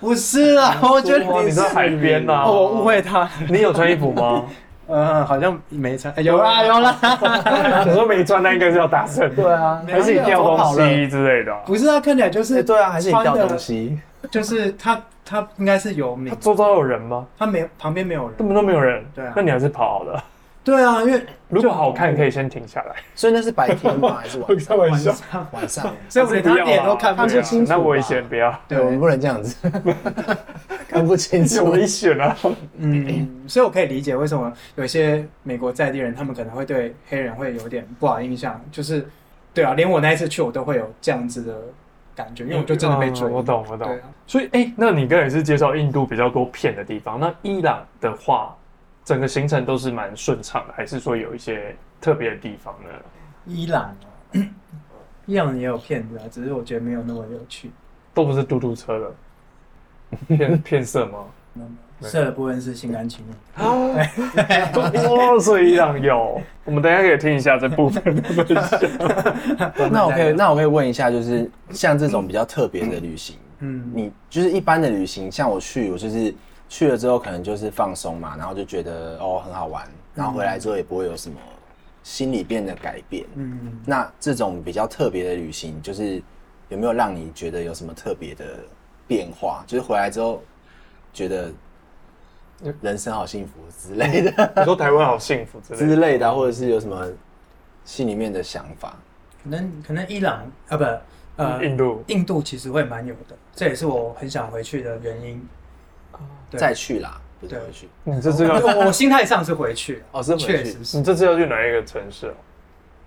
[SPEAKER 3] 不是啊？我觉得
[SPEAKER 2] 哇你
[SPEAKER 3] 是
[SPEAKER 2] 在海边呐？
[SPEAKER 3] 哦，我误会他。
[SPEAKER 2] 你有穿衣服 吗？
[SPEAKER 3] 嗯，好像没差，哎有啦有啦。
[SPEAKER 2] 我说没穿，那应该是要搭讪。
[SPEAKER 1] 对啊，
[SPEAKER 2] 还是你掉东西之类的啊、
[SPEAKER 3] 不是啊，看起来就是
[SPEAKER 1] 哎对啊，还是你
[SPEAKER 3] 穿
[SPEAKER 1] 掉
[SPEAKER 3] 的
[SPEAKER 1] 东西。
[SPEAKER 3] 就是他他应该是有
[SPEAKER 2] 他
[SPEAKER 3] 名，
[SPEAKER 2] 周遭有人吗？
[SPEAKER 3] 他没有旁边没有人。
[SPEAKER 2] 根本都没有人。
[SPEAKER 3] 对啊
[SPEAKER 2] 那你还是跑好了。
[SPEAKER 3] 对啊，因为
[SPEAKER 2] 如果好看，可以先停下来。
[SPEAKER 1] 所以那是白天吗？还是晚上？
[SPEAKER 2] 玩
[SPEAKER 3] 笑
[SPEAKER 1] 晚上。
[SPEAKER 3] 啊所以我连他脸都看
[SPEAKER 2] 不啊
[SPEAKER 3] 不
[SPEAKER 1] 是
[SPEAKER 2] 清
[SPEAKER 1] 清
[SPEAKER 2] 楚。
[SPEAKER 1] 楚吧
[SPEAKER 2] 那我以前不要。
[SPEAKER 1] 对，我们
[SPEAKER 3] 对
[SPEAKER 1] 不能这样子。看不清
[SPEAKER 2] 是
[SPEAKER 1] 楚。
[SPEAKER 2] 危险啊！
[SPEAKER 3] 嗯，所以我可以理解为什么有些美国在地人，他们可能会对黑人会有点不好印象，就是对啊，连我那一次去，我都会有这样子的感觉，因为我就真的 被追。
[SPEAKER 2] 嗯我懂，我
[SPEAKER 3] 对
[SPEAKER 2] 懂。
[SPEAKER 3] 啊，
[SPEAKER 2] 所以，哎，那你刚才也是介绍印度比较多骗的地方，那伊朗的话，整个行程都是蛮顺畅的，还是说有一些特别的地方呢？
[SPEAKER 3] 伊朗哦，伊朗也有骗子啊，只是我觉得没有那么有趣。
[SPEAKER 2] 都不是嘟嘟车了， 骗骗色 吗？对
[SPEAKER 3] 色的部分是心甘情愿。
[SPEAKER 1] 哎
[SPEAKER 2] 哦，所以伊朗有，我们等一下可以听一下这部分的分 享。
[SPEAKER 1] 那我可以，那我可以问一下，就是像这种比较特别的旅行，
[SPEAKER 3] 嗯，
[SPEAKER 1] 你就是一般的旅行，像我去，我就是去了之后可能就是放松嘛，然后就觉得哦很好玩，然后回来之后也不会有什么心里边的改变。
[SPEAKER 3] 嗯，
[SPEAKER 1] 那这种比较特别的旅行，就是有没有让你觉得有什么特别的变化？就是回来之后觉得人生好幸福之类的
[SPEAKER 2] 你说台湾好幸福之类
[SPEAKER 1] 之
[SPEAKER 2] 的，
[SPEAKER 1] 类的啊，或者是有什么心里面的想法？
[SPEAKER 3] 可能可能伊朗啊不呃
[SPEAKER 2] 印度
[SPEAKER 3] 印度其实会蛮有的，这也是我很想回去的原因。对
[SPEAKER 1] 再去啦，不是
[SPEAKER 3] 对
[SPEAKER 1] 回去
[SPEAKER 2] 你这次要
[SPEAKER 3] 我我心态上是回去了，
[SPEAKER 1] 哦，是回去
[SPEAKER 3] 确实是。
[SPEAKER 2] 你这次要去哪一个城市哦？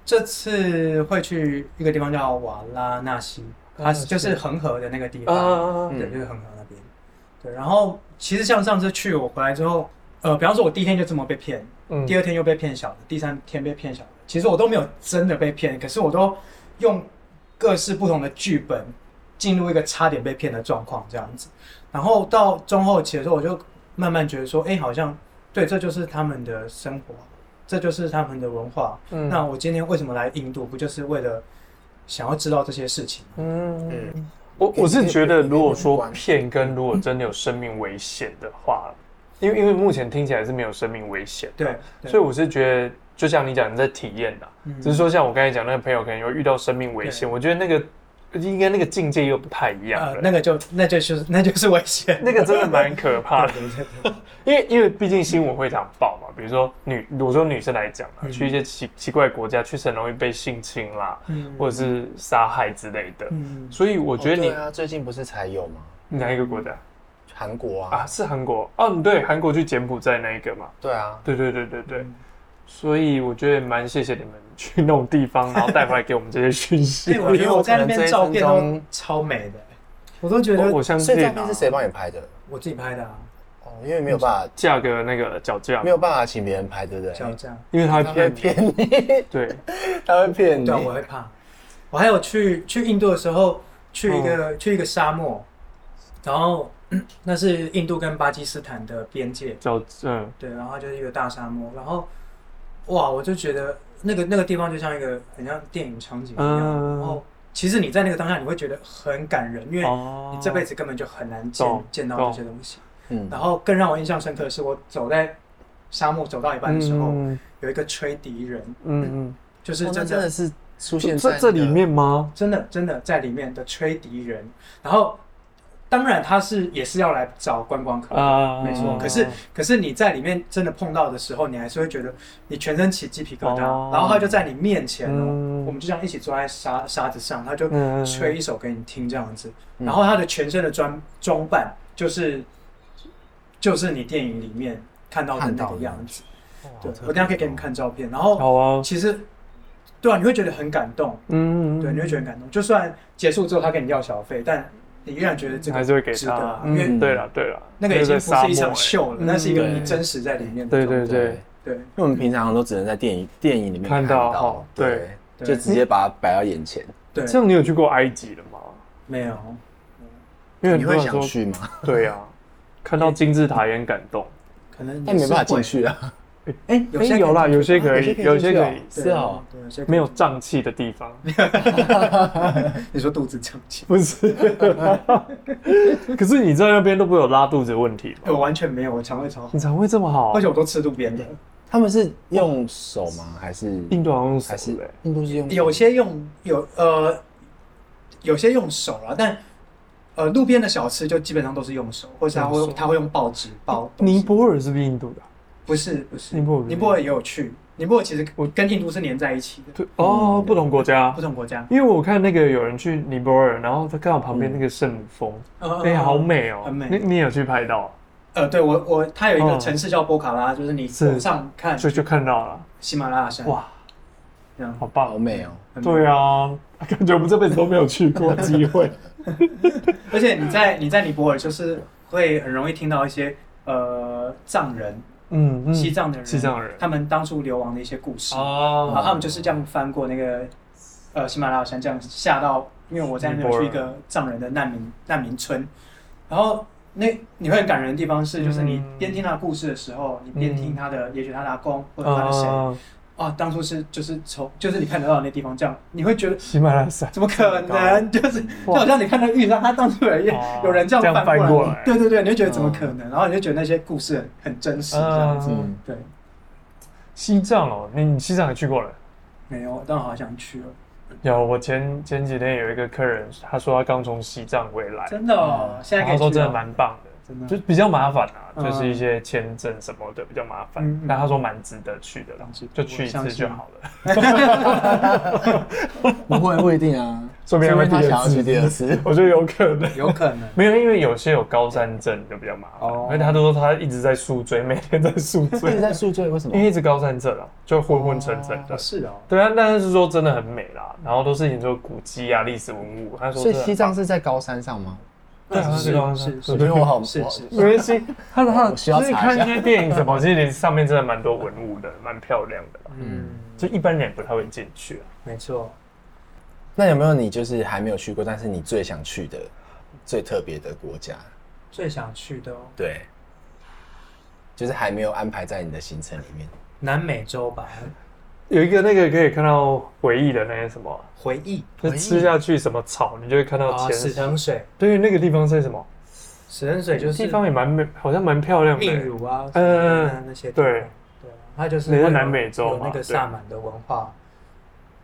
[SPEAKER 3] 这次会去一个地方叫瓦拉纳西，它是就是恒河的那个地方，
[SPEAKER 2] 啊
[SPEAKER 1] 嗯
[SPEAKER 3] 对，就是恒河那边。对，然后其实像上次去我回来之后，呃，比方说我第一天就这么被骗，
[SPEAKER 2] 嗯
[SPEAKER 3] 第二天又被骗小的，第三天被骗小的，其实我都没有真的被骗，可是我都用各式不同的剧本进入一个差点被骗的状况这样子。然后到中后期的时候，我就慢慢觉得说，哎、好像对，这就是他们的生活，这就是他们的文化，
[SPEAKER 2] 嗯
[SPEAKER 3] 那我今天为什么来印度？不就是为了想要知道这些事情吗？
[SPEAKER 2] 嗯，
[SPEAKER 1] 嗯，
[SPEAKER 2] 我我是觉得，如果说
[SPEAKER 1] 嗯
[SPEAKER 2] 骗跟如果真的有生命危险的话，因为因为目前听起来是没有生命危险，
[SPEAKER 3] 对，嗯
[SPEAKER 2] 所以我是觉得，就像你讲，你在体验的，
[SPEAKER 3] 以
[SPEAKER 2] 只是说像我刚才讲那个朋友可能有遇到生命危险，我觉得那个应该那个境界又不太一样
[SPEAKER 3] 呃，
[SPEAKER 2] 了。
[SPEAKER 3] 那个就那就是那就是危险。
[SPEAKER 2] 那个真的蛮可怕的，
[SPEAKER 3] 对对对
[SPEAKER 2] 因为因为毕竟新闻会常报嘛，比如说女，我说女生来讲啊，
[SPEAKER 3] 嗯
[SPEAKER 2] 去一些奇奇怪的国家，确实很容易被性侵啦，
[SPEAKER 3] 嗯
[SPEAKER 2] 或者是杀害之类的。
[SPEAKER 3] 嗯，
[SPEAKER 2] 所以我觉得
[SPEAKER 1] 哦
[SPEAKER 2] 你、
[SPEAKER 1] 对啊，最近不是才有吗？
[SPEAKER 2] 哪一个国家
[SPEAKER 1] 韩国啊，
[SPEAKER 2] 啊？是韩国哦，对，韩国去柬埔寨那一个嘛。
[SPEAKER 1] 对啊，
[SPEAKER 2] 对对对对对，
[SPEAKER 3] 嗯
[SPEAKER 2] 所以我觉得蛮谢谢你们去那种地方，然后带回来给我们这些讯息。
[SPEAKER 3] 哎，我觉得我在那边
[SPEAKER 1] 我可
[SPEAKER 3] 照片
[SPEAKER 1] 能这一
[SPEAKER 3] 都
[SPEAKER 1] 分钟
[SPEAKER 3] 超美的，我都觉
[SPEAKER 2] 我
[SPEAKER 3] 得
[SPEAKER 2] 我相
[SPEAKER 1] 所
[SPEAKER 2] 信、
[SPEAKER 1] 以
[SPEAKER 2] 啊。
[SPEAKER 1] 照片是谁帮你拍的？
[SPEAKER 3] 我自己拍的啊，
[SPEAKER 1] 哦，因为没有办法，
[SPEAKER 2] 价格那个脚架
[SPEAKER 1] 没，有办法请别人拍，对不对？
[SPEAKER 3] 像这样。
[SPEAKER 2] 因为他
[SPEAKER 1] 他
[SPEAKER 2] 会
[SPEAKER 1] 会
[SPEAKER 2] 骗
[SPEAKER 1] 骗你，
[SPEAKER 2] 你。对，
[SPEAKER 1] 他会骗你
[SPEAKER 3] 对啊，。我会怕。我还有去去印度的时候，去一个、去一个沙漠，然后 那是印度跟巴基斯坦的边界，
[SPEAKER 2] 脚嗯，
[SPEAKER 3] 对，然后它就是一个大沙漠，然后哇，我就觉得那个那个地方就像一个很像电影场景一样，
[SPEAKER 2] 嗯
[SPEAKER 3] 然后其实你在那个当下你会觉得很感人，因为
[SPEAKER 2] 哦
[SPEAKER 3] 你这辈子根本就很难见、
[SPEAKER 2] 懂
[SPEAKER 3] 见到
[SPEAKER 2] 懂
[SPEAKER 3] 这些东西。
[SPEAKER 1] 嗯
[SPEAKER 3] 然后更让我印象深刻的是，我走在沙漠走到一半的时候，
[SPEAKER 2] 嗯
[SPEAKER 3] 有一个吹笛人，
[SPEAKER 2] 嗯
[SPEAKER 3] 就是
[SPEAKER 1] 哦
[SPEAKER 3] 真
[SPEAKER 1] 那
[SPEAKER 3] 的、
[SPEAKER 1] 真的是出
[SPEAKER 2] 嗯，
[SPEAKER 1] 现
[SPEAKER 2] 这
[SPEAKER 1] 在
[SPEAKER 2] 这这
[SPEAKER 1] 那个
[SPEAKER 2] 里面吗？
[SPEAKER 3] 真的真的在里面的吹笛人，然后当然他是也是要来找观光客的
[SPEAKER 2] 啊，
[SPEAKER 3] 没错。可是可是你在里面真的碰到的时候，你还是会觉得你全身起鸡皮疙瘩，
[SPEAKER 2] 哦
[SPEAKER 3] 然后他就在你面前哦，
[SPEAKER 2] 嗯
[SPEAKER 3] 我们就这样一起坐在沙沙子上，他就
[SPEAKER 2] 嗯
[SPEAKER 3] 吹一首给你听这样子，
[SPEAKER 1] 嗯
[SPEAKER 3] 然后他的全身的装装扮就是就是你电影里面看到的
[SPEAKER 1] 看
[SPEAKER 3] 那
[SPEAKER 1] 到
[SPEAKER 3] 个
[SPEAKER 1] 的
[SPEAKER 3] 样子。对
[SPEAKER 1] 好特，别
[SPEAKER 3] 我等一下可以给你们看照片，然后
[SPEAKER 2] 好啊，
[SPEAKER 3] 其实对啊，你会觉得很感动，
[SPEAKER 2] 嗯，嗯
[SPEAKER 3] 对，你会觉得很感动。就算结束之后他跟你要小费，但你依然觉得这
[SPEAKER 2] 还
[SPEAKER 3] 个
[SPEAKER 2] 是会给
[SPEAKER 3] 值得
[SPEAKER 2] 他
[SPEAKER 3] 啊，
[SPEAKER 2] 嗯
[SPEAKER 3] 因为
[SPEAKER 2] 对了对了，
[SPEAKER 3] 那个已
[SPEAKER 2] 就在
[SPEAKER 3] 经不
[SPEAKER 2] 沙
[SPEAKER 3] 是
[SPEAKER 2] 漠
[SPEAKER 3] 一场
[SPEAKER 2] 欸，
[SPEAKER 3] 秀了，那是一个你
[SPEAKER 1] 嗯
[SPEAKER 3] 真实在里面的
[SPEAKER 2] 对
[SPEAKER 3] 状态。
[SPEAKER 2] 对
[SPEAKER 1] 对，
[SPEAKER 2] 对，
[SPEAKER 3] 对对
[SPEAKER 1] 因为我们平常都只能在电影电影里面
[SPEAKER 2] 看到
[SPEAKER 1] 到
[SPEAKER 2] 哦，
[SPEAKER 1] 对，
[SPEAKER 3] 对
[SPEAKER 1] 就直接把它摆到眼前。
[SPEAKER 3] 对
[SPEAKER 2] 这样你有去过埃及了吗？
[SPEAKER 3] 没有，
[SPEAKER 2] 因为
[SPEAKER 1] 你
[SPEAKER 2] 很多
[SPEAKER 1] 会
[SPEAKER 2] 人
[SPEAKER 1] 想
[SPEAKER 2] 说，
[SPEAKER 1] 去吗？
[SPEAKER 2] 对啊，看到金字塔也很感动。
[SPEAKER 3] 可能
[SPEAKER 1] 哎但没办法进
[SPEAKER 3] 去。
[SPEAKER 1] 去啊，
[SPEAKER 3] 哎，
[SPEAKER 2] 哎，有啦，有些可以，有些可以，
[SPEAKER 3] 啊对
[SPEAKER 1] 是哦，，
[SPEAKER 3] 对，有些可以
[SPEAKER 2] 没有。瘴气的地方，
[SPEAKER 3] 你说肚子胀气，
[SPEAKER 2] 不是。 可是你在那边都不会有拉肚子的问题
[SPEAKER 3] 哎我
[SPEAKER 2] 吗？
[SPEAKER 3] 完全没有，我肠胃超好
[SPEAKER 2] 你，肠胃这么好
[SPEAKER 3] 而，且我都吃路边的，
[SPEAKER 1] 他们是用手吗？还是
[SPEAKER 2] 印度好像
[SPEAKER 1] 还是
[SPEAKER 2] 死了欸
[SPEAKER 1] 印度是用
[SPEAKER 3] 有些用有呃，有些用手啊，但呃，路边的小吃就基本上都是用手，或是他
[SPEAKER 2] 用
[SPEAKER 3] 会
[SPEAKER 2] 手
[SPEAKER 3] 他会用报纸包东西。
[SPEAKER 2] 尼泊尔是不是印度的啊？
[SPEAKER 3] 不是不是，
[SPEAKER 2] 尼泊尔
[SPEAKER 3] 尼泊尔也有去，尼泊尔其实我跟印度是连在一起的，
[SPEAKER 2] 对哦，不同国家
[SPEAKER 3] 不，同国家，
[SPEAKER 2] 因为我看那个有人去尼泊尔，然后他刚好旁边那个圣母峰，哎，好美哦
[SPEAKER 3] 嗯很，美
[SPEAKER 2] 你你有去拍到，
[SPEAKER 3] 呃，对我我它有一
[SPEAKER 2] 哦
[SPEAKER 3] 个城市叫波卡拉，就是你
[SPEAKER 2] 是
[SPEAKER 3] 往上看
[SPEAKER 2] 所以就看到了，
[SPEAKER 3] 喜马拉雅山，
[SPEAKER 2] 哇，
[SPEAKER 3] 这样
[SPEAKER 2] 好棒
[SPEAKER 1] 好，美哦、
[SPEAKER 3] 很美
[SPEAKER 2] 对啊，感觉我们这辈子都没有去过机会。
[SPEAKER 3] 而且你在你在尼泊尔就是会很容易听到一些呃藏人、
[SPEAKER 2] 嗯嗯，
[SPEAKER 3] 西藏的人，
[SPEAKER 2] 西藏人
[SPEAKER 3] 他们当初流亡的一些故事，然后
[SPEAKER 2] 哦，
[SPEAKER 3] 他们就是这样翻过那个呃喜马拉雅山，这样下到，因为我在那边有去一
[SPEAKER 2] 尼泊尔
[SPEAKER 3] 个藏人的难民难民村，然后那你会很感人的地方是，就是你
[SPEAKER 2] 嗯
[SPEAKER 3] 边听他的故事的时候，你边听他的，也许他的阿公或者他的谁，
[SPEAKER 2] 啊，
[SPEAKER 3] 啊，当初是就是从就是你看得到的那地方这样，你会觉得
[SPEAKER 2] 喜马拉雅山，
[SPEAKER 3] 怎么可能？ 就是就
[SPEAKER 2] 哇
[SPEAKER 3] 好像你看到遇上他当初有人
[SPEAKER 2] 哦
[SPEAKER 3] 有人这
[SPEAKER 2] 这
[SPEAKER 3] 样
[SPEAKER 2] 样
[SPEAKER 3] 翻
[SPEAKER 2] 翻
[SPEAKER 3] 过
[SPEAKER 2] 过
[SPEAKER 3] 来
[SPEAKER 2] 来，
[SPEAKER 3] 对对对，你就觉得怎么可能？然后你就觉得那些故事很很真实这样子。
[SPEAKER 2] 嗯，
[SPEAKER 3] 对，
[SPEAKER 2] 西藏哦，你你西藏也去过了？
[SPEAKER 3] 没有，但我好想去哦，
[SPEAKER 2] 有，我前前几天有一个客人，他说他刚从西藏回来，
[SPEAKER 3] 真的哦，现在
[SPEAKER 2] 然
[SPEAKER 3] 可以
[SPEAKER 2] 后
[SPEAKER 3] 去哦。
[SPEAKER 2] 说真的蛮棒的，
[SPEAKER 3] 真的
[SPEAKER 2] 就比较麻烦啊，
[SPEAKER 3] 嗯
[SPEAKER 2] 就是一些签证什么的比较麻烦，
[SPEAKER 3] 嗯嗯嗯
[SPEAKER 2] 但他说蛮值得去的啦
[SPEAKER 3] 当时，
[SPEAKER 2] 就去一次就好了，
[SPEAKER 1] 不会不一定啊，
[SPEAKER 2] 说不定他会
[SPEAKER 1] 他想要去
[SPEAKER 2] 第
[SPEAKER 1] 第
[SPEAKER 2] 二
[SPEAKER 1] 二
[SPEAKER 2] 次，。
[SPEAKER 1] 次
[SPEAKER 2] 我觉得有可能。。
[SPEAKER 3] 有可能
[SPEAKER 2] 没有，因为有些有高山症就比较麻烦，
[SPEAKER 3] 哦
[SPEAKER 2] 而且他都说他一直在宿醉，每天在宿
[SPEAKER 1] 一直
[SPEAKER 2] 醉，
[SPEAKER 1] 在宿醉，为什么
[SPEAKER 2] 因？为一直高山症啊，就昏昏沉沉的
[SPEAKER 3] 哦，。是哦，
[SPEAKER 2] 对 啊，但是说真的很美啦，然后都是你说古迹啊、历史文物，他说
[SPEAKER 1] 所以
[SPEAKER 2] 真的
[SPEAKER 1] 西藏是在高山上吗？
[SPEAKER 2] 对啊，是高山
[SPEAKER 3] 是
[SPEAKER 1] 我
[SPEAKER 2] 症
[SPEAKER 1] 觉。得我好，
[SPEAKER 3] 是
[SPEAKER 1] 我
[SPEAKER 3] 是
[SPEAKER 2] 没关 系，他的他的
[SPEAKER 1] 我需要
[SPEAKER 2] 就是
[SPEAKER 1] 查
[SPEAKER 2] 看
[SPEAKER 1] 一
[SPEAKER 2] 一
[SPEAKER 1] 下
[SPEAKER 2] 些电影什么，其实上面真的蛮多文物的，蛮漂亮的啦，
[SPEAKER 3] 嗯，
[SPEAKER 2] 就一般人也不太会进去啊。
[SPEAKER 3] 没错。
[SPEAKER 1] 那有没有你就是还没有去过，但是你最想去的、最特别的国家？
[SPEAKER 3] 最想去的哦，
[SPEAKER 1] 对，就是还没有安排在你的行程里面。
[SPEAKER 3] 南美洲吧，
[SPEAKER 2] 有一个那个可以看到回忆的那些什么，啊
[SPEAKER 3] 回忆
[SPEAKER 2] 就吃下去什么草，你就会看到
[SPEAKER 3] 啊，
[SPEAKER 2] 前
[SPEAKER 3] 死藤水，
[SPEAKER 2] 对，那个地方是什么？
[SPEAKER 3] 死藤水就是
[SPEAKER 2] 地方也蛮美，好像蛮漂亮的。
[SPEAKER 3] 秘鲁啊，
[SPEAKER 2] 嗯
[SPEAKER 3] 嗯，那些地方
[SPEAKER 2] 对
[SPEAKER 3] 对，啊它就是
[SPEAKER 2] 你在
[SPEAKER 3] 会有
[SPEAKER 2] 南美洲
[SPEAKER 3] 有
[SPEAKER 2] 嘛
[SPEAKER 3] 那个
[SPEAKER 2] 对
[SPEAKER 3] 萨满的文化，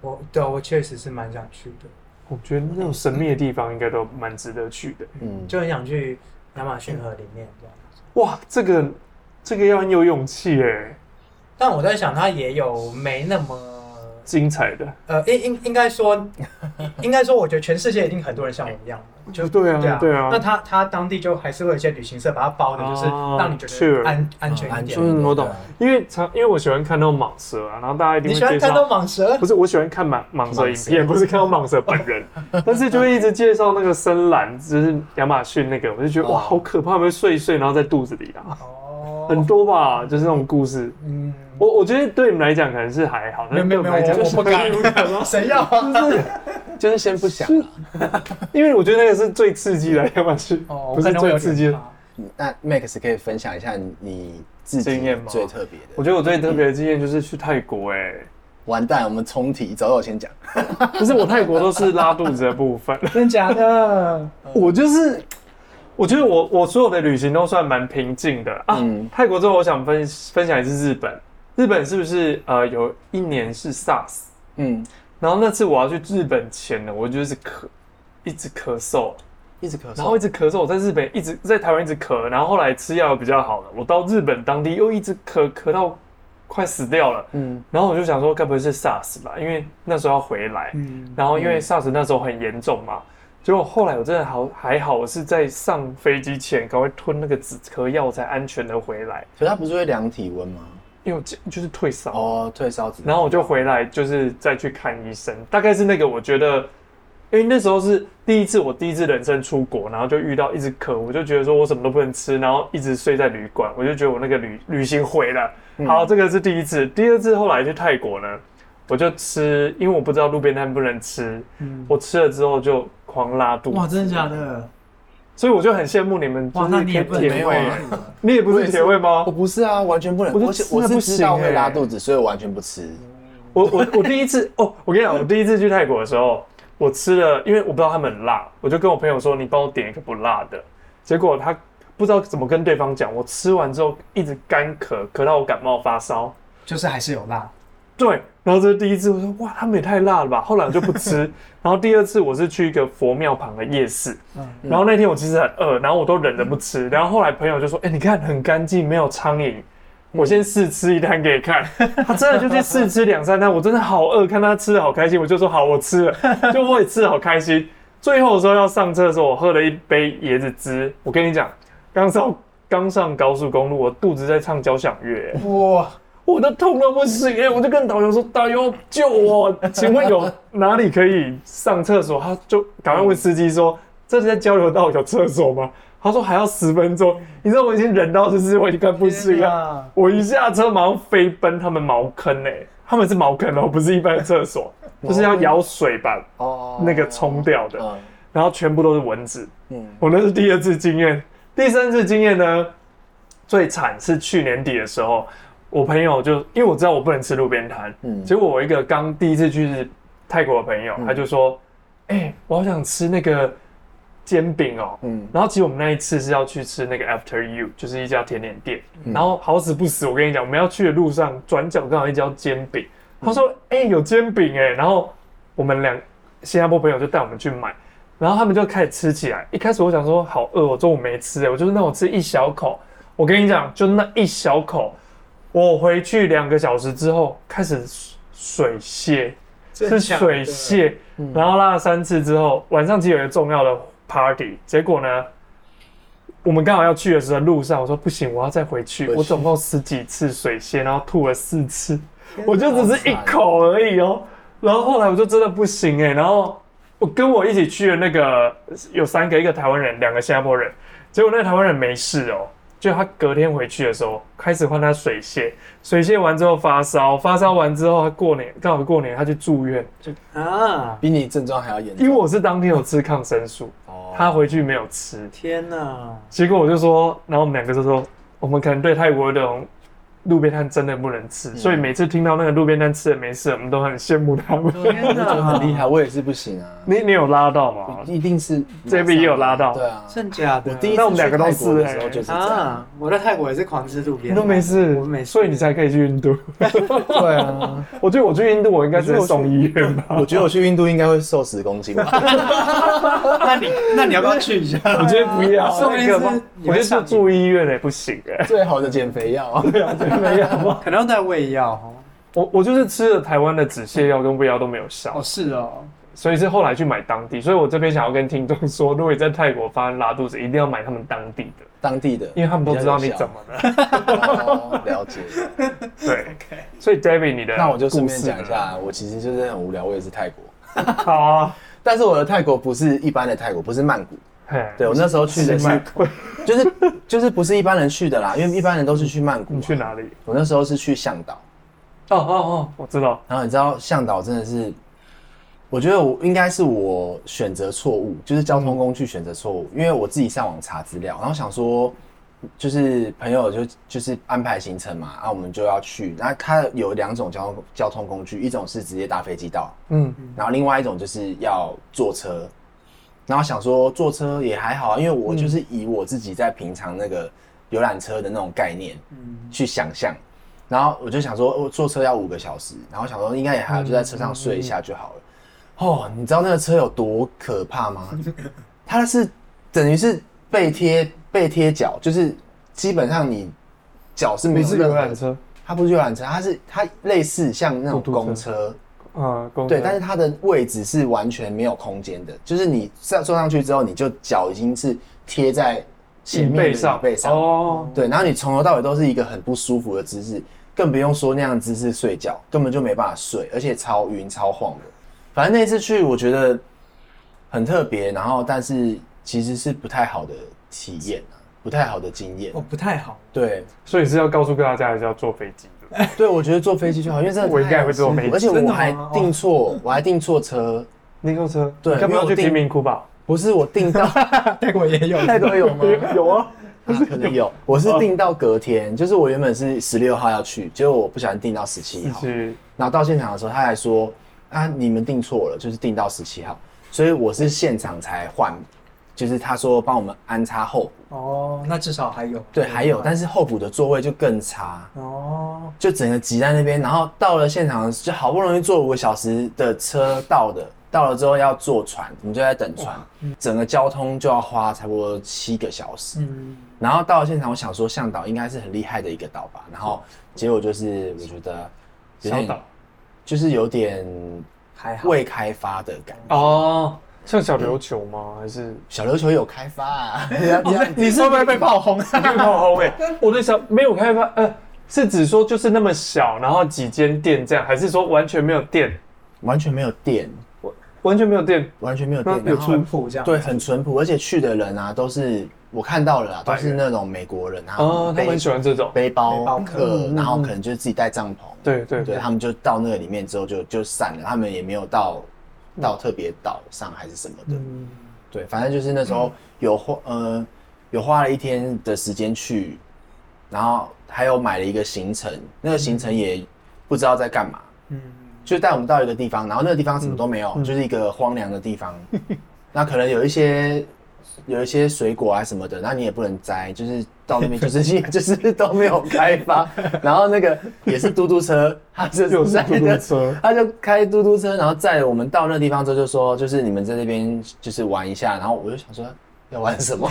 [SPEAKER 3] 我对啊我确实是蛮想去的，
[SPEAKER 2] 我觉得那种神秘的地方应该都蛮值得去的。
[SPEAKER 1] 嗯，
[SPEAKER 3] 就很想去亚马逊河里面这样子。
[SPEAKER 2] 哇，这个这个要很有勇气哎，
[SPEAKER 3] 但我在想，它也有没那么
[SPEAKER 2] 精彩的。
[SPEAKER 3] 呃，应应应该说，应该说，我觉得全世界一定很多人像我一样，就
[SPEAKER 2] 对啊对啊
[SPEAKER 3] 那他他当地就还是会有一些旅行社把它包的，就是
[SPEAKER 2] 哦
[SPEAKER 3] 让你觉
[SPEAKER 2] 是
[SPEAKER 3] 得安安全一
[SPEAKER 1] 安
[SPEAKER 3] 点。
[SPEAKER 1] 全一点
[SPEAKER 2] 嗯，我懂
[SPEAKER 1] 对啊，
[SPEAKER 2] 因为常因为我喜欢看那种蟒蛇啊，然后大家一定
[SPEAKER 3] 你
[SPEAKER 2] 会
[SPEAKER 3] 喜欢
[SPEAKER 2] 介
[SPEAKER 3] 看到
[SPEAKER 2] 绍。
[SPEAKER 3] 蟒蛇
[SPEAKER 2] 不？是，我喜欢看蟒蟒蛇影片，不是看到蟒蛇本 人，但是就会一直介绍那个深蓝，就是亚马逊那个，我就觉得哇，
[SPEAKER 1] 哦
[SPEAKER 2] 好可怕，会睡一睡，然后在肚子里啊，很
[SPEAKER 3] 哦，
[SPEAKER 2] 多吧，就是那种故事。
[SPEAKER 3] 嗯，
[SPEAKER 2] 我我觉得对你们来讲可能是还好，
[SPEAKER 3] 没有
[SPEAKER 2] 但对
[SPEAKER 3] 没有
[SPEAKER 2] 我
[SPEAKER 3] 没
[SPEAKER 2] 们
[SPEAKER 3] 有，
[SPEAKER 2] 来讲
[SPEAKER 3] 我我不敢
[SPEAKER 2] 是很可怕，
[SPEAKER 3] 谁要啊？
[SPEAKER 1] 就是先不想了。
[SPEAKER 2] 因为我觉得那个是最刺激的，要不然是
[SPEAKER 3] 哦，
[SPEAKER 2] 不是最刺激的。
[SPEAKER 1] 那 Max 可以分享一下你你自己
[SPEAKER 2] 经验吗
[SPEAKER 1] 最特别的。
[SPEAKER 2] 我觉得我最特别的经验就是去泰国、
[SPEAKER 1] 完蛋，我们冲题，走，我先讲。
[SPEAKER 2] 哎，不是我泰国都是拉肚子的部分，
[SPEAKER 3] 真假的？
[SPEAKER 2] 我就是。我觉得我我所有的旅行都算蛮平静的啊。
[SPEAKER 1] 嗯
[SPEAKER 2] 泰国之后，我想分分享一次日本。日本是不是呃有一年是 SARS？
[SPEAKER 1] 嗯，
[SPEAKER 2] 然后那次我要去日本前呢，我就是咳，一直咳嗽，
[SPEAKER 1] 一直咳
[SPEAKER 2] 然后
[SPEAKER 1] 嗽
[SPEAKER 2] 一。直咳嗽，我在日本一直在台湾一直咳，然后后来吃药比较好了，我到日本当地又一直咳，咳到快死掉了。
[SPEAKER 1] 嗯
[SPEAKER 2] 然后我就想说，该不会是 SARS 吧？因为那时候要回来，
[SPEAKER 3] 嗯，
[SPEAKER 2] 然后因为 SARS 那时候很严重嘛。结果后来我真的好还好，我是在上飞机前赶快吞那个止咳药，我才安全的回来，
[SPEAKER 1] 可他不是会量体温吗？
[SPEAKER 2] 因为我这就是退烧。
[SPEAKER 1] 哦，退烧止。
[SPEAKER 2] 然后我就回来，就是再去看医生，大概是那个我觉得，因为那时候是第一次，我第一次人生出国，然后就遇到一直咳，我就觉得说我什么都不能吃，然后一直睡在旅馆，我就觉得我那个旅旅行毁了。
[SPEAKER 3] 嗯
[SPEAKER 2] 好，这个是第一次，第二次后来去泰国呢，我就吃，因为我不知道路边摊不能吃，我吃了之后就狂拉肚子，
[SPEAKER 3] 嗯哇，真的假的？
[SPEAKER 2] 所以我就很羡慕你们，
[SPEAKER 3] 哇，那你也不能
[SPEAKER 1] 没
[SPEAKER 2] 铁
[SPEAKER 1] 有
[SPEAKER 2] 胃，
[SPEAKER 1] 啊
[SPEAKER 2] 你也不
[SPEAKER 1] 我
[SPEAKER 2] 是
[SPEAKER 1] 也是
[SPEAKER 2] 铁胃吗
[SPEAKER 1] 我？ 不是啊，完全不能。
[SPEAKER 2] 我就
[SPEAKER 1] 我是
[SPEAKER 2] 吃
[SPEAKER 1] 我
[SPEAKER 2] 那不
[SPEAKER 1] 是知道
[SPEAKER 2] 行
[SPEAKER 1] 会拉
[SPEAKER 2] 欸
[SPEAKER 1] 肚子，所以我完全不吃。
[SPEAKER 2] 我我我第一次哦，我跟你讲，我第一次去泰国的时候，我吃了，因为我不知道他们很辣，我就跟我朋友说，你帮我点一个不辣的。结果他不知道怎么跟对方讲，我吃完之后一直干咳，咳到我感冒发烧。
[SPEAKER 3] 就是还是有辣。
[SPEAKER 2] 对，然后这是第一次，我说哇，他们也太辣了吧。后来我就不吃。然后第二次我是去一个佛庙旁的夜市，
[SPEAKER 3] 嗯，
[SPEAKER 2] 然后那天我其实很饿，然后我都忍着不吃。然后后来朋友就说，哎、你看很干净，没有苍蝇。我先试吃一摊给你看。他真的就去试吃两三摊，我真的好饿，看他吃的好开心，我就说好，我吃了，就我也吃的好开心。最后的时候要上车的时候，我喝了一杯椰子汁。我跟你讲，刚上刚上高速公路，我肚子在唱交响乐、欸
[SPEAKER 3] 哇，
[SPEAKER 2] 我都痛到不行、欸，我就跟导游说：“导游救我，请问有哪里可以上厕所？”他就赶快问司机说：“这是在交流道有厕所吗？”他说还要十分钟，你知道我已经忍到就是我已经快不行
[SPEAKER 3] 天
[SPEAKER 2] 了，
[SPEAKER 3] 啊！
[SPEAKER 2] 我一下车马上飞奔他们茅坑哎、他们是茅坑哦，不是一般的厕所，就是要舀水把
[SPEAKER 1] 哦
[SPEAKER 2] 那个冲掉的，
[SPEAKER 1] 嗯
[SPEAKER 2] 然后全部都是蚊子。
[SPEAKER 1] 嗯，
[SPEAKER 2] 我那是第二次经验，第三次经验呢，最惨是去年底的时候，我朋友就因为我知道我不能吃路边摊，
[SPEAKER 1] 嗯
[SPEAKER 2] 结果我一个刚第一次去泰国的朋友，他就说：“哎、我好想吃那个煎饼哦。”
[SPEAKER 1] 嗯
[SPEAKER 2] 然后其实我们那一次是要去吃那个 After You，就是一家甜点店。
[SPEAKER 1] 嗯
[SPEAKER 2] 然后好死不死，我跟你讲，我们要去的路上转角刚好一家煎饼，他说：“
[SPEAKER 1] 嗯
[SPEAKER 2] 哎、有煎饼哎、然后我们两新加坡朋友就带我们去买，然后他们就开始吃起来。一开始我想说好饿哦，我中午没吃哎、我就是那种吃一小口。我跟你讲，就那一小口，我回去两个小时之后开始水泄，是水泄，
[SPEAKER 1] 嗯
[SPEAKER 2] 然后拉了三次之后，晚上其实有一个重要的 party，结果呢，我们刚好要去的时候，路上我说不行，我要再回去，
[SPEAKER 1] 回去
[SPEAKER 2] 我总共十几次水泄，然后吐了四次，我就只是一口而已哦。然后后来我就真的不行哎、然后我跟我一起去的那个有三个，一个台湾人，两个新加坡人，结果那个台湾人没事哦。就他隔天回去的时候，开始换他水泄，水泄完之后发烧，发烧完之后他过年刚好过年他去住院，
[SPEAKER 4] 啊！
[SPEAKER 1] 比你症状还要严
[SPEAKER 2] 因为
[SPEAKER 1] 重。
[SPEAKER 2] 我是当天有吃抗生素，
[SPEAKER 1] 哦
[SPEAKER 2] 他回去没有吃，
[SPEAKER 4] 天哪！
[SPEAKER 2] 结果我就说，然后我们两个就说，我们可能对泰国的那种路边摊真的不能吃，所以每次听到那个路边摊吃的没事，我们都很羡慕他们。
[SPEAKER 4] 天
[SPEAKER 1] 我觉得
[SPEAKER 2] 啊
[SPEAKER 4] 哪！
[SPEAKER 1] 很厉害，我也是不行啊。
[SPEAKER 2] 你你有拉到吗？
[SPEAKER 1] 一定是
[SPEAKER 2] 这边也有拉到
[SPEAKER 1] 对啊。
[SPEAKER 4] 真假的？
[SPEAKER 1] 我第一
[SPEAKER 2] 那
[SPEAKER 1] 次
[SPEAKER 2] 我们两个都
[SPEAKER 1] 去泰国的
[SPEAKER 2] 是欸
[SPEAKER 1] 时候就是这样，
[SPEAKER 4] 啊！我在泰国也是狂吃路
[SPEAKER 2] 你
[SPEAKER 4] 边摊，
[SPEAKER 2] 都没事，
[SPEAKER 4] 我没事，
[SPEAKER 2] 所以你才可以去印度。
[SPEAKER 1] 对啊。
[SPEAKER 2] 我觉得我去印度，我应该是被送医院 吧。
[SPEAKER 1] 我觉得我去印度应该会瘦十公斤 吧。
[SPEAKER 4] 那你那你要不要去一下？
[SPEAKER 2] 我觉得不 要，
[SPEAKER 4] 说不定
[SPEAKER 2] 那个
[SPEAKER 4] 是你
[SPEAKER 2] 我
[SPEAKER 4] 会
[SPEAKER 2] 觉得
[SPEAKER 4] 上瘾
[SPEAKER 2] 住医院也不行 哎，
[SPEAKER 1] 最好的减肥药，
[SPEAKER 2] 没有吗？
[SPEAKER 4] 可能要带胃药哦。
[SPEAKER 2] 我我就是吃了台湾的止泻药跟胃药都没有效
[SPEAKER 4] 哦，，是哦，
[SPEAKER 2] 所以是后来去买当地。所以我这边想要跟听众说，如果你在泰国发现拉肚子，一定要买他们当地的，
[SPEAKER 1] 当地的，
[SPEAKER 2] 因为他们都知道你怎么了。
[SPEAKER 1] 哦了解。
[SPEAKER 2] 对，所以 David 你的
[SPEAKER 1] 那我就顺
[SPEAKER 2] 故
[SPEAKER 1] 便
[SPEAKER 2] 事
[SPEAKER 1] 讲一
[SPEAKER 2] 呢。
[SPEAKER 1] 下，我其实就是很无聊，我也是泰国，
[SPEAKER 2] 好啊，
[SPEAKER 1] 但是我的泰国不是一般的泰国，不是曼谷。
[SPEAKER 2] 嘿
[SPEAKER 1] 对我那时候去的是， 就是就是不是一般人去的啦，因为一般人都是去曼谷嘛。
[SPEAKER 2] 你去哪里？
[SPEAKER 1] 我那时候是去向导，
[SPEAKER 2] 哦哦哦，我知道，
[SPEAKER 1] 然后你知道向导真的是，我觉得我应该是我选择错误，就是交通工具选择错误，因为我自己上网查资料，然后想说，就是朋友就就是安排行程嘛，啊，我们就要去，那他有两种交通交通工具，一种是直接搭飞机到，
[SPEAKER 2] 嗯，
[SPEAKER 1] 然后另外一种就是要坐车，然后想说坐车也还好啊，因为我就是以我自己在平常那个游览车的那种概念，
[SPEAKER 2] 嗯
[SPEAKER 1] 去想象，然后我就想说，我哦坐车要五个小时，然后想说应该也还好，就在车上睡一下就好了。
[SPEAKER 2] 嗯
[SPEAKER 1] 哦，你知道那个车有多可怕吗？它是等于是背贴背贴脚，就是基本上你脚是没
[SPEAKER 2] 你
[SPEAKER 1] 有
[SPEAKER 2] 是游
[SPEAKER 1] 任何
[SPEAKER 2] 览，车，
[SPEAKER 1] 它不是游览车，它是它类似像那种
[SPEAKER 2] 过渡车
[SPEAKER 1] 公车
[SPEAKER 2] 嗯，公
[SPEAKER 1] 对，
[SPEAKER 2] 车
[SPEAKER 1] 但是它的位置是完全没有空间的，就是你上坐上去之后，你就脚已经是贴在前
[SPEAKER 2] 椅
[SPEAKER 1] 面的
[SPEAKER 2] 背
[SPEAKER 1] 椅
[SPEAKER 2] 上，
[SPEAKER 1] 背上，
[SPEAKER 2] 哦，
[SPEAKER 1] 对，然后你从头到尾都是一个很不舒服的姿势，更不用说那样的姿势睡觉，根本就没办法睡，而且超晕超晃的。反正那次去，我觉得很特别，然后但是其实是不太好的体验啊，不太好的经验
[SPEAKER 2] 哦
[SPEAKER 4] 哦
[SPEAKER 3] 我。不太好，
[SPEAKER 1] 对，
[SPEAKER 2] 所以是要告诉大家还是要坐飞机的，
[SPEAKER 1] 对我觉得坐飞机就好，因为真的
[SPEAKER 2] 我应该
[SPEAKER 1] 太
[SPEAKER 2] 会坐
[SPEAKER 1] 辛苦
[SPEAKER 2] 飞机
[SPEAKER 1] 而且
[SPEAKER 3] 真
[SPEAKER 1] 我
[SPEAKER 3] 的吗
[SPEAKER 1] 还订
[SPEAKER 2] 哦
[SPEAKER 1] 错，我还订错车，
[SPEAKER 2] 那个车，
[SPEAKER 1] 对
[SPEAKER 2] 你干嘛要
[SPEAKER 1] 因为
[SPEAKER 2] 去
[SPEAKER 1] 我订
[SPEAKER 2] 贫民窟吧？
[SPEAKER 1] 不是我订到。
[SPEAKER 3] 泰国也 有，
[SPEAKER 1] 泰国有吗？
[SPEAKER 2] 有啊，
[SPEAKER 1] 啊可能有， 我是订到隔天，就是我原本是十六号要去，结果我不小心订到十七号，
[SPEAKER 2] 是
[SPEAKER 1] 然后到现场的时候他还说啊你们订错了，就是订到十七号，所以我是现场才换，就是他说帮我们安插候补，
[SPEAKER 3] 哦，那至少还有，
[SPEAKER 1] 对，还有但是候补的座位就更差，
[SPEAKER 3] 哦，
[SPEAKER 1] 就整个挤在那边，然后到了现场就好不容易坐五个小时的车到的，到了之后要坐船，我们就在等船，整个交通就要花差不多七个小时。
[SPEAKER 3] 嗯，
[SPEAKER 1] 然后到了现场，我想说向导应该是很厉害的一个导吧，然后
[SPEAKER 2] 嗯
[SPEAKER 1] 结果就是我觉得有
[SPEAKER 2] 小
[SPEAKER 1] 点
[SPEAKER 2] 岛
[SPEAKER 1] 就是有点
[SPEAKER 3] 还好。
[SPEAKER 1] 未开发的感觉。
[SPEAKER 2] 哦，像小琉球吗？还是
[SPEAKER 1] 小琉球有开发 啊，你
[SPEAKER 2] 哦
[SPEAKER 1] 要你要
[SPEAKER 3] 你是会不会被炮轰啊？
[SPEAKER 2] 绿泡烘诶？欸 我对小没有开发，呃，是指说就是那么小，然后几间店这样，还是说完全没有店，
[SPEAKER 1] 完全没有电，
[SPEAKER 2] 完全没有店？
[SPEAKER 1] 完全没有电，
[SPEAKER 2] 那有
[SPEAKER 1] 然后
[SPEAKER 4] 淳朴这样。
[SPEAKER 1] 对，很淳朴，而且去的人啊，都是我看到了啊，都
[SPEAKER 2] 白
[SPEAKER 1] 是
[SPEAKER 2] 人
[SPEAKER 1] 那种美国人啊，
[SPEAKER 2] 哦，他
[SPEAKER 1] 背
[SPEAKER 2] 们喜欢这种，
[SPEAKER 1] 背
[SPEAKER 4] 背
[SPEAKER 1] 包
[SPEAKER 4] 包
[SPEAKER 1] 客，
[SPEAKER 2] 嗯
[SPEAKER 1] 然后可能就是自己带帐篷，
[SPEAKER 2] 对对
[SPEAKER 1] 对，他们就到那个里面之后就就散了，他们也没有到到特别岛上还是什么的，
[SPEAKER 3] 嗯，
[SPEAKER 1] 对，反正就是那时候有花呃有花了一天的时间去，然后还有买了一个行程，那个行程也不知道在干嘛，嗯，就带我们到一个地方，然后那个地方什么都没有，
[SPEAKER 2] 嗯
[SPEAKER 1] 就是一个荒凉的地方， 那可能有一些。有一些水果啊什么的，那你也不能摘，就是到 那边就是就是都没有开发，然后那个也是嘟嘟车，它就是
[SPEAKER 2] 又是
[SPEAKER 1] 在
[SPEAKER 2] 嘟
[SPEAKER 1] 那
[SPEAKER 2] 嘟车，
[SPEAKER 1] 他就开嘟嘟车，然后载我们到那地方之后，就说就是你们在那边就是玩一下，然后我就想说要玩什么，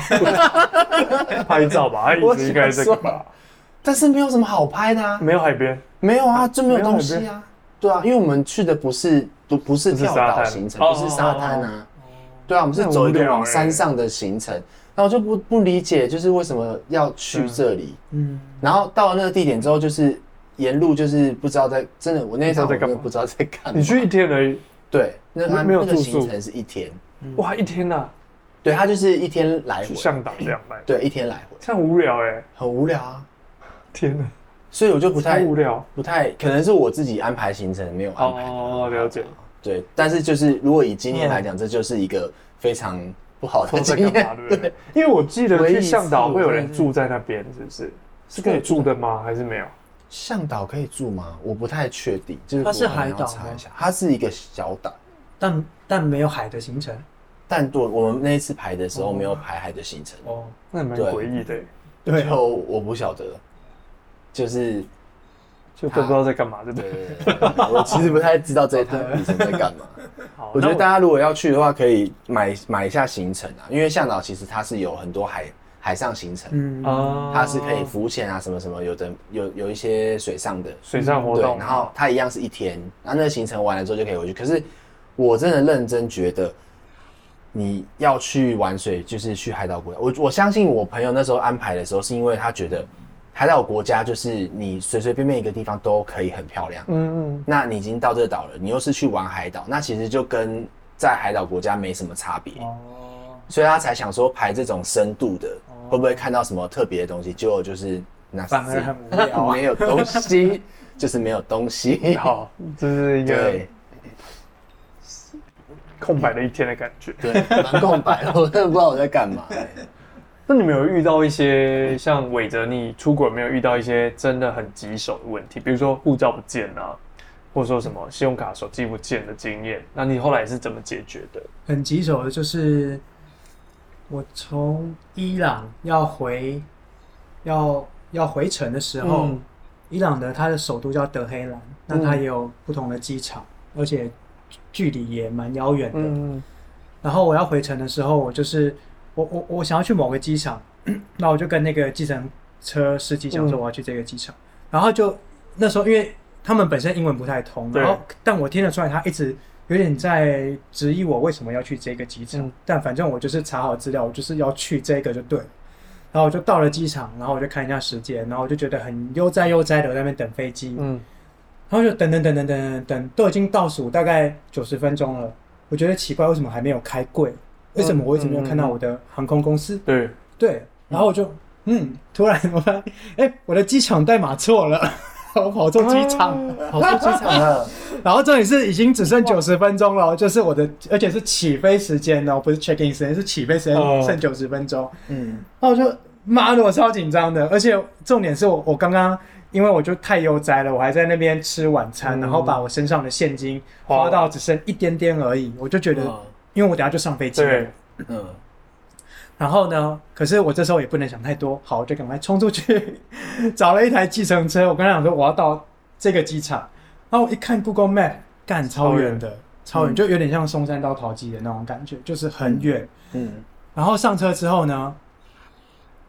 [SPEAKER 2] 拍照吧，他一直应该这个吧，
[SPEAKER 1] 但是没有什么好拍的啊，
[SPEAKER 2] 没有海边，
[SPEAKER 1] 没有啊，就没有东
[SPEAKER 2] 没
[SPEAKER 1] 西
[SPEAKER 2] 有
[SPEAKER 1] 啊，对啊，因为我们去的不是不不是
[SPEAKER 2] 不是
[SPEAKER 1] 跳
[SPEAKER 2] 沙
[SPEAKER 1] 岛
[SPEAKER 2] 滩
[SPEAKER 1] 行程，
[SPEAKER 2] 哦
[SPEAKER 1] 不是沙滩啊，对啊，我们是
[SPEAKER 2] 那
[SPEAKER 1] 走一
[SPEAKER 2] 无
[SPEAKER 1] 个
[SPEAKER 2] 聊
[SPEAKER 1] 往
[SPEAKER 2] 欸
[SPEAKER 1] 山上的行程，然后就不不理解就是为什么要去这里，嗯，然后到了那个地点之后就是沿路就是不知道在真的我那一场
[SPEAKER 2] 不知道
[SPEAKER 1] 我真
[SPEAKER 2] 在干
[SPEAKER 1] 的
[SPEAKER 2] 嘛
[SPEAKER 1] 不知道在干嘛，
[SPEAKER 2] 你去一天而已，
[SPEAKER 1] 对，那他
[SPEAKER 2] 没有
[SPEAKER 1] 那个
[SPEAKER 2] 住
[SPEAKER 1] 行
[SPEAKER 2] 宿
[SPEAKER 1] 程是一天。
[SPEAKER 2] 哇，一天啊呐，
[SPEAKER 1] 对，他就是一天来
[SPEAKER 2] 去
[SPEAKER 1] 回，
[SPEAKER 2] 向导这样来，
[SPEAKER 1] 对，一天来回，
[SPEAKER 2] 这样无聊哎，
[SPEAKER 1] 很无聊啊，
[SPEAKER 2] 天呐，
[SPEAKER 1] 所以我就不
[SPEAKER 2] 太
[SPEAKER 1] 太
[SPEAKER 2] 无聊。
[SPEAKER 1] 不太，可能是我自己安排行程没有安排。
[SPEAKER 2] 哦，了解。
[SPEAKER 1] 对，但是就是如果以经验来讲，这就是一个非常不好
[SPEAKER 2] 都
[SPEAKER 1] 的
[SPEAKER 2] 在
[SPEAKER 1] 经
[SPEAKER 2] 干嘛，
[SPEAKER 1] 验。
[SPEAKER 2] 对不对？因为我记得
[SPEAKER 1] 唯一
[SPEAKER 2] 去
[SPEAKER 1] 一次
[SPEAKER 2] 向导会有
[SPEAKER 1] 我
[SPEAKER 2] 人
[SPEAKER 1] 真的是
[SPEAKER 2] 住在那边，是不是？是可以住的吗？还是没有？
[SPEAKER 1] 向导可以住吗？我不太确定，就是
[SPEAKER 4] 它是
[SPEAKER 1] 我可能
[SPEAKER 4] 海
[SPEAKER 1] 要
[SPEAKER 4] 岛
[SPEAKER 1] 查
[SPEAKER 4] 吗
[SPEAKER 1] 一下，它是一个小岛。
[SPEAKER 4] 但但没有海的行程
[SPEAKER 1] 但对，我们那一次排的时候没有排海的行程，
[SPEAKER 4] 哦，
[SPEAKER 2] 那也蛮
[SPEAKER 1] 对
[SPEAKER 2] 诡异的欸耶，
[SPEAKER 1] 对，我不晓得，就是
[SPEAKER 2] 就都不知道在干嘛， 对不对？
[SPEAKER 1] 对我其实不太知道这一趟旅程在干嘛。
[SPEAKER 2] 好
[SPEAKER 1] 我觉得
[SPEAKER 2] 那
[SPEAKER 1] 大家如果要去的话，可以买买一下行程啊，因为向导其实它是有很多海海上行程，
[SPEAKER 3] 嗯
[SPEAKER 2] 啊
[SPEAKER 1] 它是可以浮潜啊，什么什么，有的有有一些水上的，
[SPEAKER 2] 水上活
[SPEAKER 1] 对，
[SPEAKER 2] 动，
[SPEAKER 1] 然后它一样是一天，然后那个行程完了之后就可以回去。可是我真的认真觉得，你要去玩水，就是去海岛国家。我我相信我朋友那时候安排的时候，是因为他觉得海岛国家就是你随随便便一个地方都可以很漂亮，
[SPEAKER 2] 嗯嗯，
[SPEAKER 1] 那你已经到这个岛了，你又是去玩海岛，那其实就跟在海岛国家没什么差别，
[SPEAKER 4] 哦，
[SPEAKER 1] 所以他才想说排这种深度的，会不会看到什么特别的东西？结果就是那
[SPEAKER 4] 反而很无聊 啊
[SPEAKER 1] 没有东 西，就是没有东西。
[SPEAKER 2] 嗯好，这是一个
[SPEAKER 1] 对
[SPEAKER 2] 空白的一天的感觉。
[SPEAKER 1] 对，蛮空白的，我 真的不知道我在干嘛、
[SPEAKER 2] 那你们有遇到一些像伟哲，你出国有没有遇到一些真的很棘手的问题，比如说护照不见啊，或者说什么信用卡、手机不见的经验？那你后来是怎么解决的？
[SPEAKER 4] 很棘手的就是我从伊朗要回要要回程的时候，
[SPEAKER 2] 嗯
[SPEAKER 4] 伊朗的它的首都叫德黑兰，那它也有不同的机场，而且距离也蛮遥远的。
[SPEAKER 2] 嗯，
[SPEAKER 4] 然后我要回程的时候，我就是我我我想要去某个机场， 那我就跟那个计程车司机讲说
[SPEAKER 2] 嗯
[SPEAKER 4] 我要去这个机场，然后就那时候因为他们本身英文不太通，
[SPEAKER 2] 对
[SPEAKER 4] 然后但我听得出来他一直有点在质疑我为什么要去这个机场，
[SPEAKER 2] 嗯
[SPEAKER 4] 但反正我就是查好资料，我就是要去这个就对了。然后我就到了机场，然后我就看一下时间，然后我就觉得很悠哉悠哉的我在那边等飞机，
[SPEAKER 2] 嗯，
[SPEAKER 4] 然后就等等等等等等等，都已经倒数大概九十分钟了，我觉得奇怪，为什么还没有开柜？为什么我一直没有看到我的航空公司？
[SPEAKER 2] 对，
[SPEAKER 4] 对，然后我就嗯，突然我发现，哎，我的机场代码错了，我跑错机场，哦跑错机场了。 然后这里是已经只剩九十分钟了，就是我的，而且是起飞时间哦，不是 check in 时间，是起飞时
[SPEAKER 2] 哦
[SPEAKER 4] 间剩九十分钟。
[SPEAKER 1] 嗯，
[SPEAKER 4] 然后我就妈的，我超紧张的，而且重点是我我刚刚因为我就太悠哉了，我还在那边吃晚餐，
[SPEAKER 2] 嗯
[SPEAKER 4] 然后把我身上的现金
[SPEAKER 2] 花
[SPEAKER 4] 花到只剩一点点而已，我就觉得，因为我等下就上飞机了
[SPEAKER 2] 对，，
[SPEAKER 1] 嗯，
[SPEAKER 4] 然后呢，可是我这时候也不能想太多，好，我就赶快冲出去 找了一台计程车，我跟他讲说我要到这个机场，然后我一看 Google Map，干超远的，超远，就有点像松山到桃机的那种感觉，就是很远。
[SPEAKER 1] 嗯，
[SPEAKER 4] 然后上车之后呢，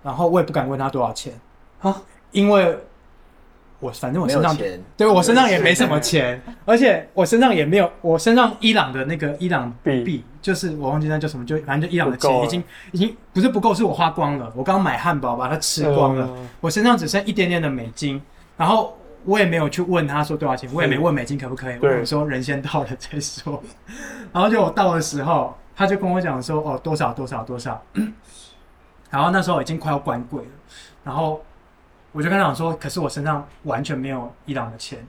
[SPEAKER 4] 然后我也不敢问他多少钱，
[SPEAKER 2] 啊，
[SPEAKER 4] 因为我反正我
[SPEAKER 1] 没
[SPEAKER 4] 身
[SPEAKER 1] 有
[SPEAKER 4] 上
[SPEAKER 1] 钱，
[SPEAKER 4] 对我身上也没什么钱，而且我身上也没有，我身上伊朗的那个伊朗
[SPEAKER 2] 币
[SPEAKER 4] 币，就是我忘记那叫什么，就反正就伊朗的
[SPEAKER 2] 不够
[SPEAKER 4] 钱
[SPEAKER 2] 了
[SPEAKER 4] 已经已经不是不够，是我花光了。我刚买汉堡把它吃光啊了，
[SPEAKER 2] 呃
[SPEAKER 4] 我身上只剩一点点的美金，然后我也没有去问他说多少钱，我也没问美金可不可以，
[SPEAKER 2] 对
[SPEAKER 4] 我说人先到了再说。 然后就我到的时候，他就跟我讲说哦多少多少多少， 然后那时候已经快要关柜了，然后我就跟他讲说，可是我身上完全没有伊朗的钱，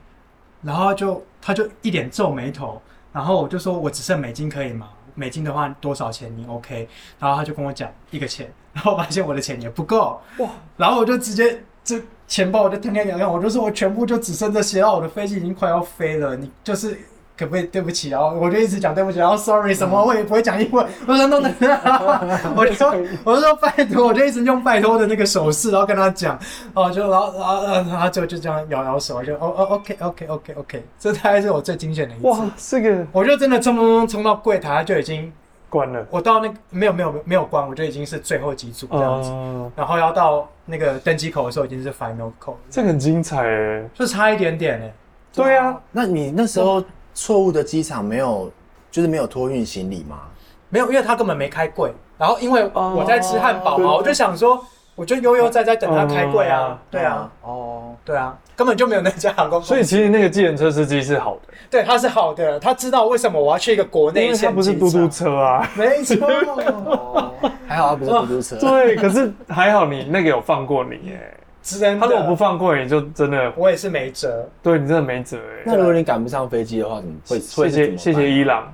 [SPEAKER 4] 然后就他就一脸皱眉头，然后我就说我只剩美金可以吗？美金的话多少钱你 OK？然后他就跟我讲一个钱，然后我发现我的钱也不够，
[SPEAKER 2] 哇！
[SPEAKER 4] 然后我就直接这钱包我就摊开给他看，我就说我全部就只剩这些，然后我的飞机已经快要飞了，你就是。可不可以对不起？然后我就一直讲对不起，然后 sorry 什么，我也不会讲英文，我说 no no no，我就说我就说拜托，我就一直用拜托的那个手势，然后跟他讲，哦，就然后然后然后他就就这样摇摇手，就哦哦 OK OK OK OK，这大概是我最惊险的一次。
[SPEAKER 2] 哇，这个
[SPEAKER 4] 我就真的冲冲冲冲到柜台，就已经
[SPEAKER 2] 关了，
[SPEAKER 4] 我到那个没有没有没有关，我就已经是最后几组这样子，
[SPEAKER 2] 呃，
[SPEAKER 4] 然后要到那个登机口的时候已经是 final call，
[SPEAKER 2] 这个很精彩哎。
[SPEAKER 4] 就差一点点呢、
[SPEAKER 2] 对啊，
[SPEAKER 1] 那你那时候错误的机场没有，就是没有托运行李吗？
[SPEAKER 4] 没有，因为他根本没开柜。然后因为我在吃汉堡嘛，
[SPEAKER 2] 哦
[SPEAKER 4] 我就想说，我就悠悠哉哉等他开柜啊
[SPEAKER 2] 嗯，
[SPEAKER 4] 对啊，，
[SPEAKER 1] 哦，
[SPEAKER 4] 对啊，根本就没有那家航空公司，
[SPEAKER 2] 所以其实那个计程车司机是好的，
[SPEAKER 4] 对他是好的，他知道为什么我要去一个国
[SPEAKER 2] 因
[SPEAKER 4] 内
[SPEAKER 2] 为他
[SPEAKER 4] 线
[SPEAKER 2] 不是
[SPEAKER 4] 机
[SPEAKER 2] 嘟嘟
[SPEAKER 4] 场
[SPEAKER 2] 车啊。
[SPEAKER 4] 没错，
[SPEAKER 1] 还好他啊不是出租车，
[SPEAKER 2] 对，可是还好你那个有放过你哎，
[SPEAKER 4] 真的。啊
[SPEAKER 2] 他如果不，放过你，就真的
[SPEAKER 4] 我也是没辙，
[SPEAKER 2] 对你真的没辙
[SPEAKER 1] 那
[SPEAKER 2] 哎。
[SPEAKER 1] 如果你赶不上飞机的话，怎么会？
[SPEAKER 2] 谢
[SPEAKER 4] 啊
[SPEAKER 2] 谢谢谢伊朗，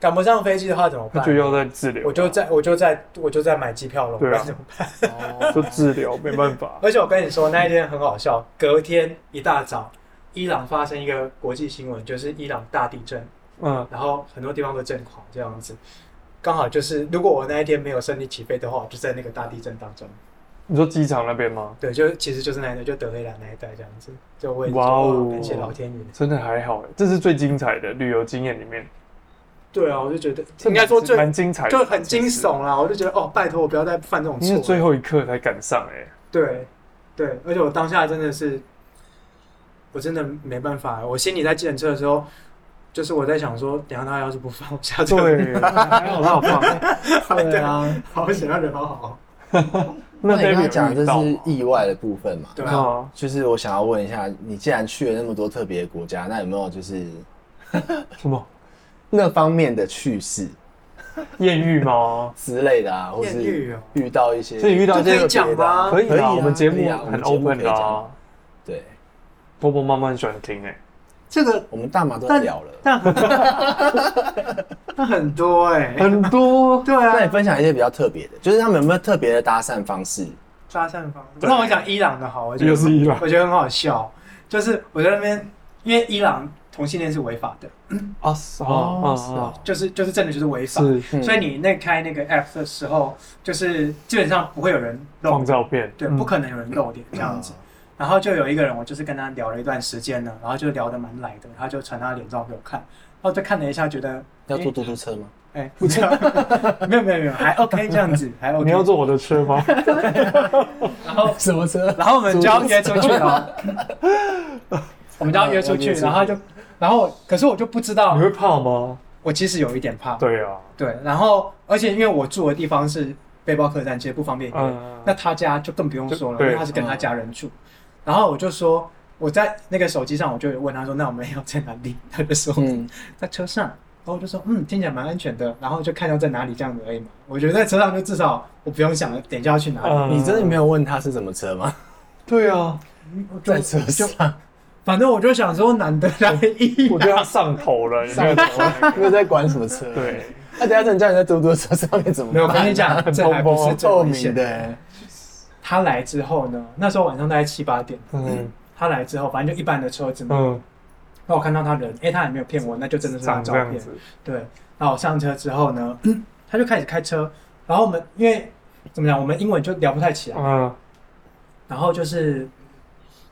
[SPEAKER 4] 赶不上飞机的话怎么
[SPEAKER 2] 那
[SPEAKER 4] 办？
[SPEAKER 2] 就要再滞留，
[SPEAKER 4] 我就在我就在我就在买机票了，我
[SPEAKER 2] 对啊
[SPEAKER 4] 该怎么办？
[SPEAKER 1] 会怎么办。
[SPEAKER 2] 就滞留，没办 法。
[SPEAKER 4] 而且我跟你说，那一天很好笑，隔天一大早，伊朗发生一个国际新闻，就是伊朗大地震，
[SPEAKER 2] 嗯，
[SPEAKER 4] 然后很多地方都震垮这样子。刚好就是，如果我那一天没有顺利起飞的话，我就在那个大地震当中。
[SPEAKER 2] 你说机场那边吗？
[SPEAKER 4] 对，就其实就是那一带，就德黑兰那一带这样子。就我也
[SPEAKER 2] 哇哦
[SPEAKER 4] 感谢老天爷。
[SPEAKER 2] 真的还好哎，这是最精彩的旅游经验里面，
[SPEAKER 4] 对啊，我就觉得应该说最
[SPEAKER 2] 蛮精彩的，
[SPEAKER 4] 就很惊悚啦，我就觉得哦，拜托我不要再犯这种
[SPEAKER 2] 因为
[SPEAKER 4] 错
[SPEAKER 2] 最
[SPEAKER 4] 了。
[SPEAKER 2] 后一刻才赶上哎、
[SPEAKER 4] 对对，而且我当下真的是，我真的没办法，我心里在计程车的时候，就是我在想说，等一下他要是不放我下车，
[SPEAKER 2] 对，还好他有放。
[SPEAKER 1] 对啊，
[SPEAKER 4] 好想要人好好。
[SPEAKER 1] 那
[SPEAKER 2] 那
[SPEAKER 1] 你刚才
[SPEAKER 2] David
[SPEAKER 1] 讲的
[SPEAKER 2] 有
[SPEAKER 1] 这
[SPEAKER 2] 遇到
[SPEAKER 1] 是
[SPEAKER 2] 吗
[SPEAKER 1] 意外的部分嘛？
[SPEAKER 4] 对啊，
[SPEAKER 2] 啊，
[SPEAKER 1] 就是我想要问一下，你既然去了那么多特别的国家，那有没有就是
[SPEAKER 2] 什么
[SPEAKER 1] 那方面的趣事
[SPEAKER 2] 艳遇吗？
[SPEAKER 1] 之类的啊，或
[SPEAKER 4] 艳遇
[SPEAKER 1] 是
[SPEAKER 4] 哦
[SPEAKER 1] 遇到一些？
[SPEAKER 2] 所以遇到
[SPEAKER 4] 这可以讲吗
[SPEAKER 2] 可以
[SPEAKER 1] 可以啊
[SPEAKER 2] 啊，我们节目
[SPEAKER 1] 可以啊我
[SPEAKER 2] 很
[SPEAKER 1] 们节目
[SPEAKER 2] open
[SPEAKER 1] 可以
[SPEAKER 2] 的
[SPEAKER 1] 讲
[SPEAKER 2] 啊，
[SPEAKER 1] 对，
[SPEAKER 2] 波波妈妈很喜欢听哎、
[SPEAKER 4] 这个
[SPEAKER 1] 我们大麻都
[SPEAKER 4] 但
[SPEAKER 1] 聊了。
[SPEAKER 4] 那很多哎、
[SPEAKER 2] 很多
[SPEAKER 4] 对
[SPEAKER 1] 那你
[SPEAKER 4] 啊，
[SPEAKER 1] 分享一些比较特别的，就是他们有没有特别的搭讪方式？
[SPEAKER 4] 搭讪方式。
[SPEAKER 2] 对
[SPEAKER 4] 那我讲伊朗的好，我觉 得
[SPEAKER 2] 又是伊 朗
[SPEAKER 4] 我觉得很好笑，就是我在那边，因为伊朗同性恋是违法的，
[SPEAKER 2] 啊，是啊
[SPEAKER 1] 哦
[SPEAKER 2] 啊
[SPEAKER 1] 是
[SPEAKER 2] 啊
[SPEAKER 1] 哦，
[SPEAKER 4] 就是就是真的就是违法。
[SPEAKER 2] 是
[SPEAKER 1] 嗯
[SPEAKER 4] 所以你那开那个 app 的时候，就是基本上不会有人漏
[SPEAKER 2] 放，照片，
[SPEAKER 4] 对，
[SPEAKER 2] 嗯
[SPEAKER 4] 不可能有人漏点这样子。然后就有一个人，我就是跟他聊了一段时间了，然后就聊得蛮来的，他就传他的脸照给我看，然后就看了一下，觉得
[SPEAKER 1] 要坐嘟嘟车吗？
[SPEAKER 4] 哎，不知道，没有没有没有，还 OK 这样子，还 OK。
[SPEAKER 2] 嗯你要坐我的车吗？
[SPEAKER 4] 然后
[SPEAKER 1] 什么车？
[SPEAKER 4] 然后我们就要约出去了， 我们就要约出去，然后他就，然后可是我就不知道
[SPEAKER 2] 你，会怕吗？
[SPEAKER 4] 我其实有一点怕，
[SPEAKER 2] 对啊，
[SPEAKER 4] 对，然后而且因为我住的地方是背包客栈，其实不方便约，
[SPEAKER 2] 嗯，
[SPEAKER 4] 哎那他家就更不用说了，
[SPEAKER 2] 就
[SPEAKER 4] 因
[SPEAKER 2] 对
[SPEAKER 4] 为他是跟他家人住，然后我就说我在那个手机上我就有问他说，那我们要在哪里？他就说
[SPEAKER 1] 嗯，
[SPEAKER 4] 在车上，然后我就说嗯，听起来蛮安全的，然后就看要在哪里这样子而已嘛，我觉得在车上就至少我不用想了，等一下要去哪里，
[SPEAKER 2] 嗯
[SPEAKER 1] 你真的没有问他是什么车吗？
[SPEAKER 2] 对啊，
[SPEAKER 4] 我就
[SPEAKER 1] 在车上，
[SPEAKER 4] 反正我就想说，难得来一
[SPEAKER 2] 我觉得他上头了，有没有
[SPEAKER 1] 没有在管什么车。，
[SPEAKER 2] 对，
[SPEAKER 1] 啊那等下等叫你在嘟嘟车上面怎么
[SPEAKER 4] 没有，我
[SPEAKER 1] 办？
[SPEAKER 4] 跟你讲，这还不是最
[SPEAKER 1] 透
[SPEAKER 4] 危
[SPEAKER 1] 明
[SPEAKER 4] 险的。
[SPEAKER 1] 的，
[SPEAKER 4] 他来之后呢，那时候晚上大概七八点，
[SPEAKER 2] 嗯
[SPEAKER 4] 他来之后，反正就一般的车子嘛。
[SPEAKER 2] 嗯，
[SPEAKER 4] 那我看到他人，哎，他也没有骗我，那就真的是他
[SPEAKER 2] 长
[SPEAKER 4] 照
[SPEAKER 2] 这样
[SPEAKER 4] 片。
[SPEAKER 2] 子，
[SPEAKER 4] 对，那我上车之后呢， 他就开始开车，然后我们因为怎么讲，我们英文就聊不太起来，
[SPEAKER 2] 嗯，
[SPEAKER 4] 然后就是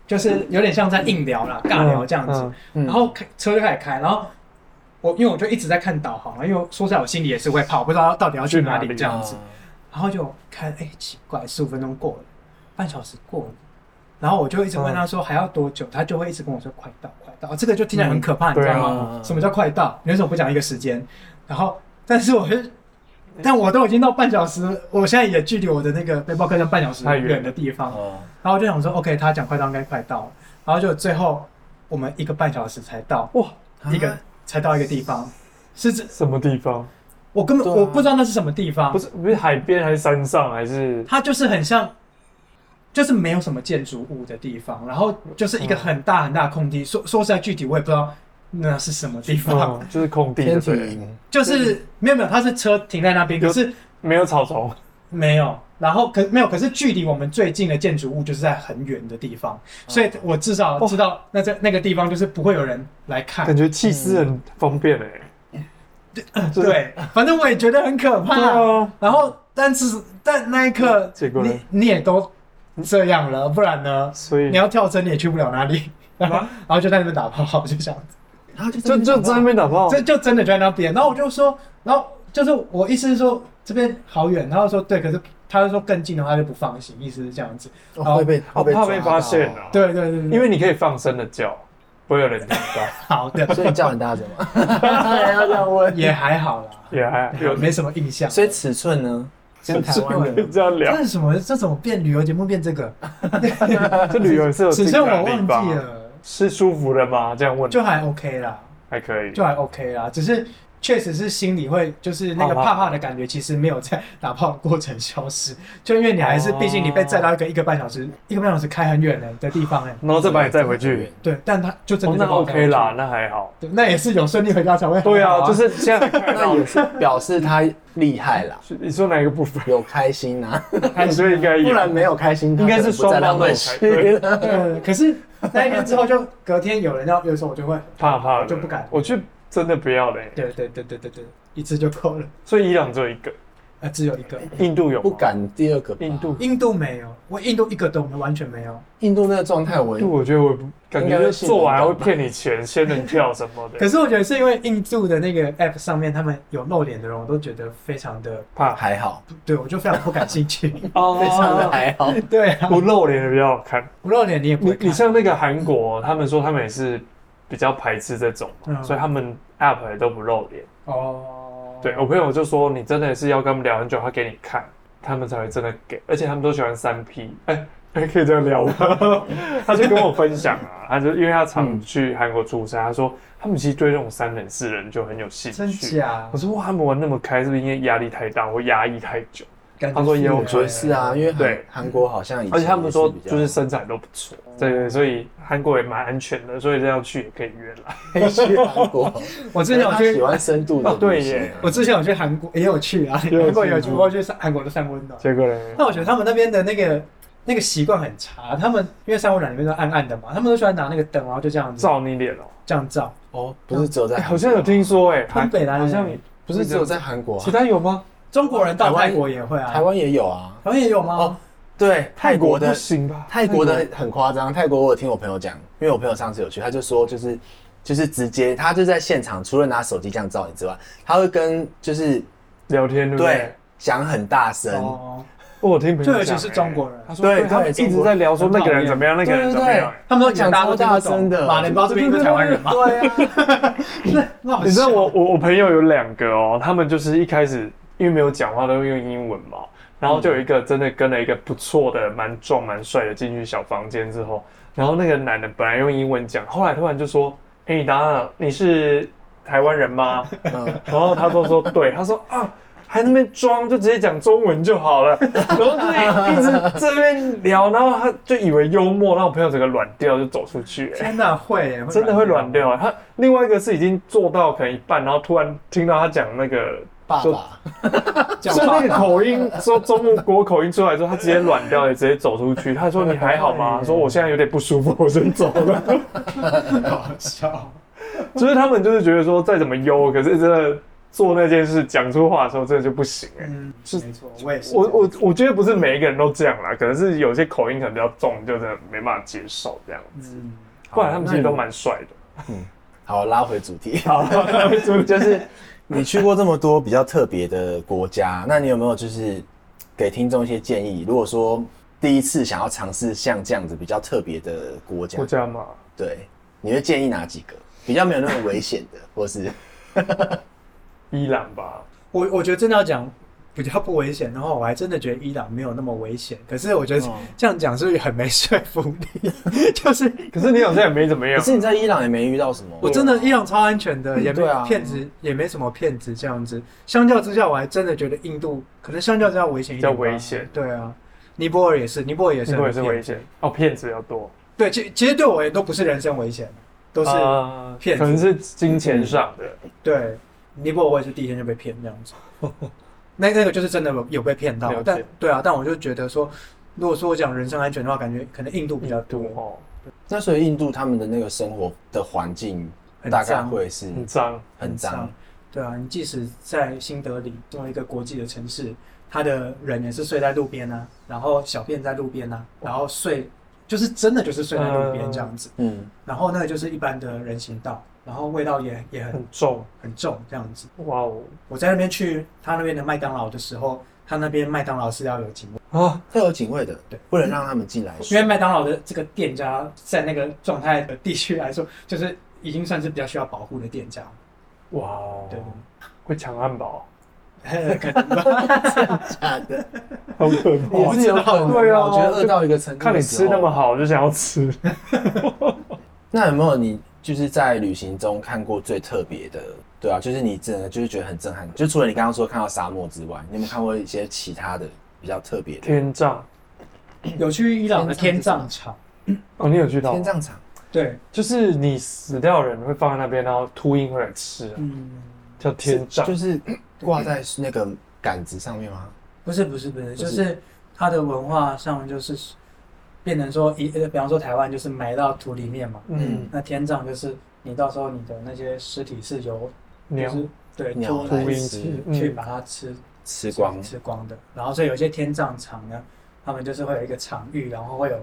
[SPEAKER 4] 就是有点像在硬聊啦，尬聊这样子。
[SPEAKER 2] 嗯，
[SPEAKER 1] 嗯
[SPEAKER 4] 然后开车就开始开，然后我因为我就一直在看导航啊，因为说实在我心里也是会怕，我不知道到底要去哪里这样子。然后就看，哎、奇怪，十五分钟过了，半小时过了，然后我就一直
[SPEAKER 3] 嗯
[SPEAKER 4] 问他说还要多久，他就会一直跟我说快到，快到。这个就听起来很可怕，你知道吗？
[SPEAKER 3] 对啊
[SPEAKER 4] 什么叫快到？你为什么不讲一个时间？然后，但 是我就，但我都已经到半小时，我现在也距离我的那个背包客栈半小时
[SPEAKER 2] 太
[SPEAKER 4] 很
[SPEAKER 2] 远
[SPEAKER 4] 远的地方，
[SPEAKER 3] 哦，
[SPEAKER 4] 然后我就想说，OK，他讲快到应该快到了，然后就最后我们一个半小时才到，
[SPEAKER 2] 哇，
[SPEAKER 4] 一
[SPEAKER 3] 啊
[SPEAKER 4] 个才到一个地方，是这
[SPEAKER 2] 什么地方？
[SPEAKER 4] 我根本、
[SPEAKER 3] 对啊
[SPEAKER 4] 我不知道那是什么地方
[SPEAKER 2] 不，是不是海边还是山上还是
[SPEAKER 4] 它就是很像，就是没有什么建筑物的地方，然后就是一个很大很大的空地。说说实在，具体我也不知道那是什么地方，
[SPEAKER 2] 嗯，就是空地
[SPEAKER 1] 天
[SPEAKER 2] 就
[SPEAKER 1] 体
[SPEAKER 2] 对了，
[SPEAKER 1] 营
[SPEAKER 4] 就是没有没有，它是车停在那边，
[SPEAKER 2] 有
[SPEAKER 4] 可是
[SPEAKER 2] 没有草丛，
[SPEAKER 4] 啊没有。然后可没有，可是距离我们最近的建筑物就是在很远的地
[SPEAKER 2] 哦
[SPEAKER 4] 方，所以我至少知道那在那个地方就是不会有人来看
[SPEAKER 2] 感。觉气势很方便哎。就是
[SPEAKER 4] 对，反正我也觉得很可怕。
[SPEAKER 2] 对啊，
[SPEAKER 4] 然后，但是但那一刻，
[SPEAKER 2] 结果呢
[SPEAKER 4] 你你也都这样了，不然呢？
[SPEAKER 2] 所以
[SPEAKER 4] 你要跳针你也去不了哪里，然后 然后就在那边打炮，就这样子，
[SPEAKER 1] 啊，就
[SPEAKER 2] 就就在那边打炮，
[SPEAKER 4] 这就真的就在那边。然后我就说，然后就是我意思是说这边好远，然后说对，可是他就说更近的话他就不放心，意思是这样子。
[SPEAKER 1] 哦会被
[SPEAKER 2] 好
[SPEAKER 1] 会
[SPEAKER 2] 怕被
[SPEAKER 1] 抓
[SPEAKER 2] 发
[SPEAKER 1] 到
[SPEAKER 2] 现啊。，
[SPEAKER 4] 对对对对，
[SPEAKER 2] 因为你可以放声的叫，不会有人听到，
[SPEAKER 4] 好 的
[SPEAKER 1] 哦
[SPEAKER 3] 所以你叫很大声吗？
[SPEAKER 1] 要这样 问，
[SPEAKER 4] 也还好啦，
[SPEAKER 2] 也还有
[SPEAKER 4] 没什么印象。
[SPEAKER 3] 所以尺寸呢，跟台湾的
[SPEAKER 2] 这样聊
[SPEAKER 4] 这，是什么？这怎么变旅游节目变这个？
[SPEAKER 2] 这旅游也是有
[SPEAKER 4] 只
[SPEAKER 2] 精
[SPEAKER 4] 是
[SPEAKER 2] 彩
[SPEAKER 4] 我
[SPEAKER 2] 的地
[SPEAKER 4] 忘记
[SPEAKER 2] 方，啊
[SPEAKER 4] 了，
[SPEAKER 2] 是舒服的吗？这样问
[SPEAKER 4] 就还 OK 啦，
[SPEAKER 2] 还可以
[SPEAKER 4] 就，还 OK 啦，只是。确实是心里会，就是那
[SPEAKER 2] 好
[SPEAKER 4] 个
[SPEAKER 2] 吧
[SPEAKER 4] 怕怕的感觉，其实没有在打炮的过程消失，就因为你还是，
[SPEAKER 2] 哦
[SPEAKER 4] 毕竟你被载到一个一个半小时、一个半小时开很远的的地方哎、
[SPEAKER 2] 然后再把你载回去。，
[SPEAKER 4] 对，但他就真
[SPEAKER 2] 哦
[SPEAKER 4] 的，
[SPEAKER 2] 那
[SPEAKER 4] 就把我带回
[SPEAKER 2] OK
[SPEAKER 4] 去
[SPEAKER 2] 啦，，那还好。
[SPEAKER 4] 对，那也是有顺利回家才会好、
[SPEAKER 2] 对啊，
[SPEAKER 4] 好
[SPEAKER 2] 就是这样。
[SPEAKER 1] 那也是表示他厉害啦，
[SPEAKER 2] 你说哪一个部 分？
[SPEAKER 1] 有开心啊，
[SPEAKER 2] 我 觉得应该有，
[SPEAKER 1] 不然没有开心，他
[SPEAKER 2] 应该
[SPEAKER 1] 可能
[SPEAKER 2] 是
[SPEAKER 1] 不在
[SPEAKER 2] 双方
[SPEAKER 1] 浪漫
[SPEAKER 2] 都有开
[SPEAKER 1] 区了。
[SPEAKER 4] 对。可是那一天之后，就隔天有人要，有时候我就会，
[SPEAKER 2] 怕怕的
[SPEAKER 4] 我就不敢
[SPEAKER 2] 我去真的不要嘞。
[SPEAKER 4] 对对对对对对，一次就够了，
[SPEAKER 2] 所以伊朗只有一个，
[SPEAKER 4] 呃，只有一个。
[SPEAKER 2] 印度有吗
[SPEAKER 1] 不。敢第二个吧，
[SPEAKER 2] 印度，
[SPEAKER 4] 印度没有，我印度一个都没有，完全没有。
[SPEAKER 1] 印度那个状态，我
[SPEAKER 2] 印度我觉得我不感
[SPEAKER 1] 应该
[SPEAKER 2] 觉
[SPEAKER 1] 会
[SPEAKER 2] 就是做完还
[SPEAKER 1] 信
[SPEAKER 2] 会
[SPEAKER 1] 任
[SPEAKER 2] 骗你钱，仙人跳什么
[SPEAKER 4] 可
[SPEAKER 2] 的，
[SPEAKER 4] 是我觉得是因为印度的那个 app 上面，他们有露脸的人，我都觉得非常的，
[SPEAKER 2] 怕
[SPEAKER 1] 还好，
[SPEAKER 4] 对我就非常不感兴趣。
[SPEAKER 2] 啊哦
[SPEAKER 1] 非常的还好。
[SPEAKER 4] 对啊，
[SPEAKER 2] 不露脸的比较好看。
[SPEAKER 4] 不露脸你也不
[SPEAKER 2] 你
[SPEAKER 4] 会看。
[SPEAKER 2] 你像那个韩国，他们说他们也是比较排斥这种嘛，
[SPEAKER 4] 嗯
[SPEAKER 2] 所以他们 app 也都不露脸。
[SPEAKER 4] 哦，
[SPEAKER 2] 对我朋友就说，你真的是要跟他们聊很久，他给你看，他们才会真的给，而且他们都喜欢三 P。哎、哎，可以这样聊吗？ 他就跟我分享啊，他就因为他常去韩国出差，他说他们其实对这种三人四人就很有兴
[SPEAKER 4] 真
[SPEAKER 2] 趣。
[SPEAKER 4] 假
[SPEAKER 2] 我？说哇，他们玩那么开，是不是因为压力太大或压抑太久？
[SPEAKER 4] 感
[SPEAKER 2] 他说也有
[SPEAKER 1] 我觉得是啊，因为
[SPEAKER 2] 对
[SPEAKER 1] 韩韩国好像以前
[SPEAKER 2] 而且他们说
[SPEAKER 1] 也比较
[SPEAKER 2] 就是身材都不错，对对，所以韩国也蛮安全的，所以这样去也可以约来。
[SPEAKER 1] 可以去韩国，
[SPEAKER 4] 我之前有
[SPEAKER 1] 他
[SPEAKER 4] 去
[SPEAKER 1] 喜欢深度的
[SPEAKER 2] 哦对
[SPEAKER 1] 旅行啊
[SPEAKER 2] 耶
[SPEAKER 4] 我之前有去韩国，也有去啊，
[SPEAKER 2] 有去
[SPEAKER 4] 韩国有去，我去上韩国的散温暖。
[SPEAKER 2] 结果呢？
[SPEAKER 4] 那我觉得他们那边的那个那个习惯很差，他们因为散温暖里面都暗暗的嘛，他们都喜欢拿那个灯，然后就这样子
[SPEAKER 2] 照你脸哦、
[SPEAKER 4] 这样照。
[SPEAKER 1] 哦，不是只有在
[SPEAKER 2] 哎
[SPEAKER 1] 韩国
[SPEAKER 2] 好像有，听说哎、
[SPEAKER 4] 东北男人
[SPEAKER 2] 好像
[SPEAKER 1] 不是只有在韩国啊
[SPEAKER 2] 其，他有吗？
[SPEAKER 4] 中国人到
[SPEAKER 1] 台湾
[SPEAKER 4] 泰国也会啊，
[SPEAKER 1] 台湾也有啊。
[SPEAKER 4] 台湾也有吗？
[SPEAKER 1] 哦对，泰国
[SPEAKER 2] 不
[SPEAKER 1] 的
[SPEAKER 2] 行吧？
[SPEAKER 1] 泰国的很夸张，泰国我有听我朋友讲，因为我朋友上次有去，他就说就是就是直接他就在现场，除了拿手机这样照你之外，他会跟就是
[SPEAKER 2] 聊天对不对？
[SPEAKER 1] 对讲很大声，
[SPEAKER 4] 哦，
[SPEAKER 2] 我有听朋友讲
[SPEAKER 4] 就尤其是
[SPEAKER 2] 欸
[SPEAKER 4] 中国人
[SPEAKER 2] 他说
[SPEAKER 1] 对
[SPEAKER 2] 对，他们
[SPEAKER 1] 对
[SPEAKER 2] 一
[SPEAKER 1] 中
[SPEAKER 2] 直
[SPEAKER 1] 国
[SPEAKER 2] 在聊说
[SPEAKER 4] 很
[SPEAKER 2] 那个
[SPEAKER 4] 讨
[SPEAKER 2] 人
[SPEAKER 4] 厌
[SPEAKER 2] 怎么样，那个人
[SPEAKER 1] 对
[SPEAKER 2] 怎么
[SPEAKER 1] 对
[SPEAKER 2] 样。
[SPEAKER 4] 他们都
[SPEAKER 1] 讲超大声的，
[SPEAKER 4] 马连包这边不是台 湾 人吗？
[SPEAKER 1] 对啊，
[SPEAKER 4] 那那好
[SPEAKER 2] 你知道
[SPEAKER 4] 笑
[SPEAKER 2] 我我我朋友有两个哦，他们就是一开始因为没有讲话都会用英文嘛，然后就有一个真的跟了一个不错的、蛮壮蛮帅的进去小房间之后，然后那个男的本来用英文讲，后来突然就说：“哎、你答案你是台湾人吗？”
[SPEAKER 1] 嗯
[SPEAKER 2] 然后他都说对，他说啊，还那边装，就直接讲中文就好了。然后就一直这边聊，然后他就以为幽默，让我朋友整个软掉，就走出去、欸
[SPEAKER 4] 天哪，会啊耶
[SPEAKER 2] 真的会软。掉、欸。他另外一个是已经做到可能一半，然后突然听到他讲那个。
[SPEAKER 1] 爸爸
[SPEAKER 4] 讲
[SPEAKER 2] 就
[SPEAKER 4] 话
[SPEAKER 2] 那个口 音，说中国口音出来之后，他直接软掉，也直接走出去。他说：“你还好吗？”说：“我现在有点不舒服，我先走了。
[SPEAKER 4] 好笑。”
[SPEAKER 2] 就是他们就是觉得说，再怎么优，可是真的做那件事讲出话的时候，真的就不行哎、欸
[SPEAKER 4] 嗯，
[SPEAKER 2] 是
[SPEAKER 4] 没错，我也是。
[SPEAKER 2] 我我我觉得不是每一个人都这样啦，可能是有些口音可能比较重，就真的没办法接受这样。
[SPEAKER 4] 嗯，
[SPEAKER 2] 不然他们其实都蛮帅的。
[SPEAKER 1] 好，拉回主题。
[SPEAKER 2] 好，
[SPEAKER 1] 就是你去过这么多比较特别的国家，那你有没有就是给听众一些建议？如果说第一次想要尝试像这样子比较特别的国家
[SPEAKER 2] 国，家嘛，
[SPEAKER 1] 对，你会建议哪几个比较没有那么危险的， 或是
[SPEAKER 2] 伊朗吧，
[SPEAKER 4] 我我觉得真的要讲比较不危险的话，我还真的觉得伊朗没有那么危险。可是我觉得
[SPEAKER 1] 哦
[SPEAKER 4] 这样讲是不是很没说服力？ 就是
[SPEAKER 2] 可是你好像也没怎 么
[SPEAKER 1] 可
[SPEAKER 2] 样，
[SPEAKER 1] 是你在伊朗也没遇到什么？
[SPEAKER 4] 我真的伊朗超安全的，也没
[SPEAKER 1] 对啊
[SPEAKER 4] 骗子，也没什么骗子这样子。相较之下，我还真的觉得印度可能相较之下危险一点吧，
[SPEAKER 2] 比较危险
[SPEAKER 4] 对啊，尼泊尔也是，尼泊尔也是
[SPEAKER 2] 英国
[SPEAKER 4] 很多
[SPEAKER 2] 也
[SPEAKER 4] 骗子，
[SPEAKER 2] 是危险哦，骗子比较多，
[SPEAKER 4] 对，其其实对我也都不是人身危险，都是、
[SPEAKER 2] 啊
[SPEAKER 4] 骗子
[SPEAKER 2] 可能是金钱上的，
[SPEAKER 4] 对。尼泊尔我也是第一天就被骗这样 子，那那个就是真的有有被骗
[SPEAKER 2] 了
[SPEAKER 4] 到，
[SPEAKER 2] 解
[SPEAKER 4] 但对啊，但我就觉得说，如果说我讲人身安全的话，感觉可能印度比
[SPEAKER 1] 嗯
[SPEAKER 4] 较多，
[SPEAKER 2] 哦，
[SPEAKER 1] 那所以印度他们的那个生活的环境
[SPEAKER 4] 很
[SPEAKER 1] 大概
[SPEAKER 4] 脏
[SPEAKER 1] 会是
[SPEAKER 2] 很脏，
[SPEAKER 1] 很脏，。
[SPEAKER 4] 对啊，你即使在新德里这么一个国际的城市，他的人也是睡在路边啊，然后小便在路边啊，然后睡就是真的就是睡在路边这样子，
[SPEAKER 1] 嗯，
[SPEAKER 4] 然后那个就是一般的人行道，然后味道也也
[SPEAKER 1] 嗯
[SPEAKER 4] 很
[SPEAKER 2] 很重，
[SPEAKER 4] 很重这样子。
[SPEAKER 2] 哇哦
[SPEAKER 4] 我在那边去他那边的麦当劳的时候，他那边麦当劳是要有警卫，
[SPEAKER 2] 啊，
[SPEAKER 1] 会有警卫的，
[SPEAKER 4] 对，
[SPEAKER 1] 不能让他们进来。
[SPEAKER 4] 因为麦当劳的这个店家在那个状态的地区来说，就是已经算是比较需要保护的店家，
[SPEAKER 2] 哇哦，
[SPEAKER 4] 对，
[SPEAKER 2] 会抢汉堡，啊
[SPEAKER 4] 可能吧。
[SPEAKER 1] 假的，
[SPEAKER 2] 好可怕，
[SPEAKER 5] 也是有可能。
[SPEAKER 2] 对啊，
[SPEAKER 5] 我觉得饿到一个程度，
[SPEAKER 2] 看你吃那么，好，就想要吃。
[SPEAKER 1] 那有没有你就是在旅行中看过最特别的？对啊，就是你真的就是觉得很震撼，就除了你刚刚说看到沙漠之外，你有没有看过一些其他的比较特别的？
[SPEAKER 2] 天葬
[SPEAKER 4] 有去伊朗的天葬场，
[SPEAKER 2] 哦，你有去到
[SPEAKER 1] 天？葬场，
[SPEAKER 4] 对，
[SPEAKER 2] 就是你死掉的人会放在那边，然后秃鹰会来吃啊，
[SPEAKER 4] 嗯。
[SPEAKER 2] 叫天葬
[SPEAKER 1] 就。是挂在那个杆子上面吗？
[SPEAKER 4] 不是不是不是，
[SPEAKER 1] 不
[SPEAKER 4] 就是是它的文化上就是变成说一，呃比方说台湾就是埋到土里面嘛，
[SPEAKER 2] 嗯，
[SPEAKER 4] 那天葬就是你到时候你的那些尸体是由就
[SPEAKER 2] 鸟
[SPEAKER 4] 是对
[SPEAKER 1] 鸟
[SPEAKER 4] 猪
[SPEAKER 1] 来
[SPEAKER 2] 秃鹰
[SPEAKER 1] 吃
[SPEAKER 2] 吃，
[SPEAKER 4] 去
[SPEAKER 2] 嗯，
[SPEAKER 4] 把它吃
[SPEAKER 1] 吃光，
[SPEAKER 4] 吃光的，然后所以有些天葬场呢，他们就是会有一个场域，然后会有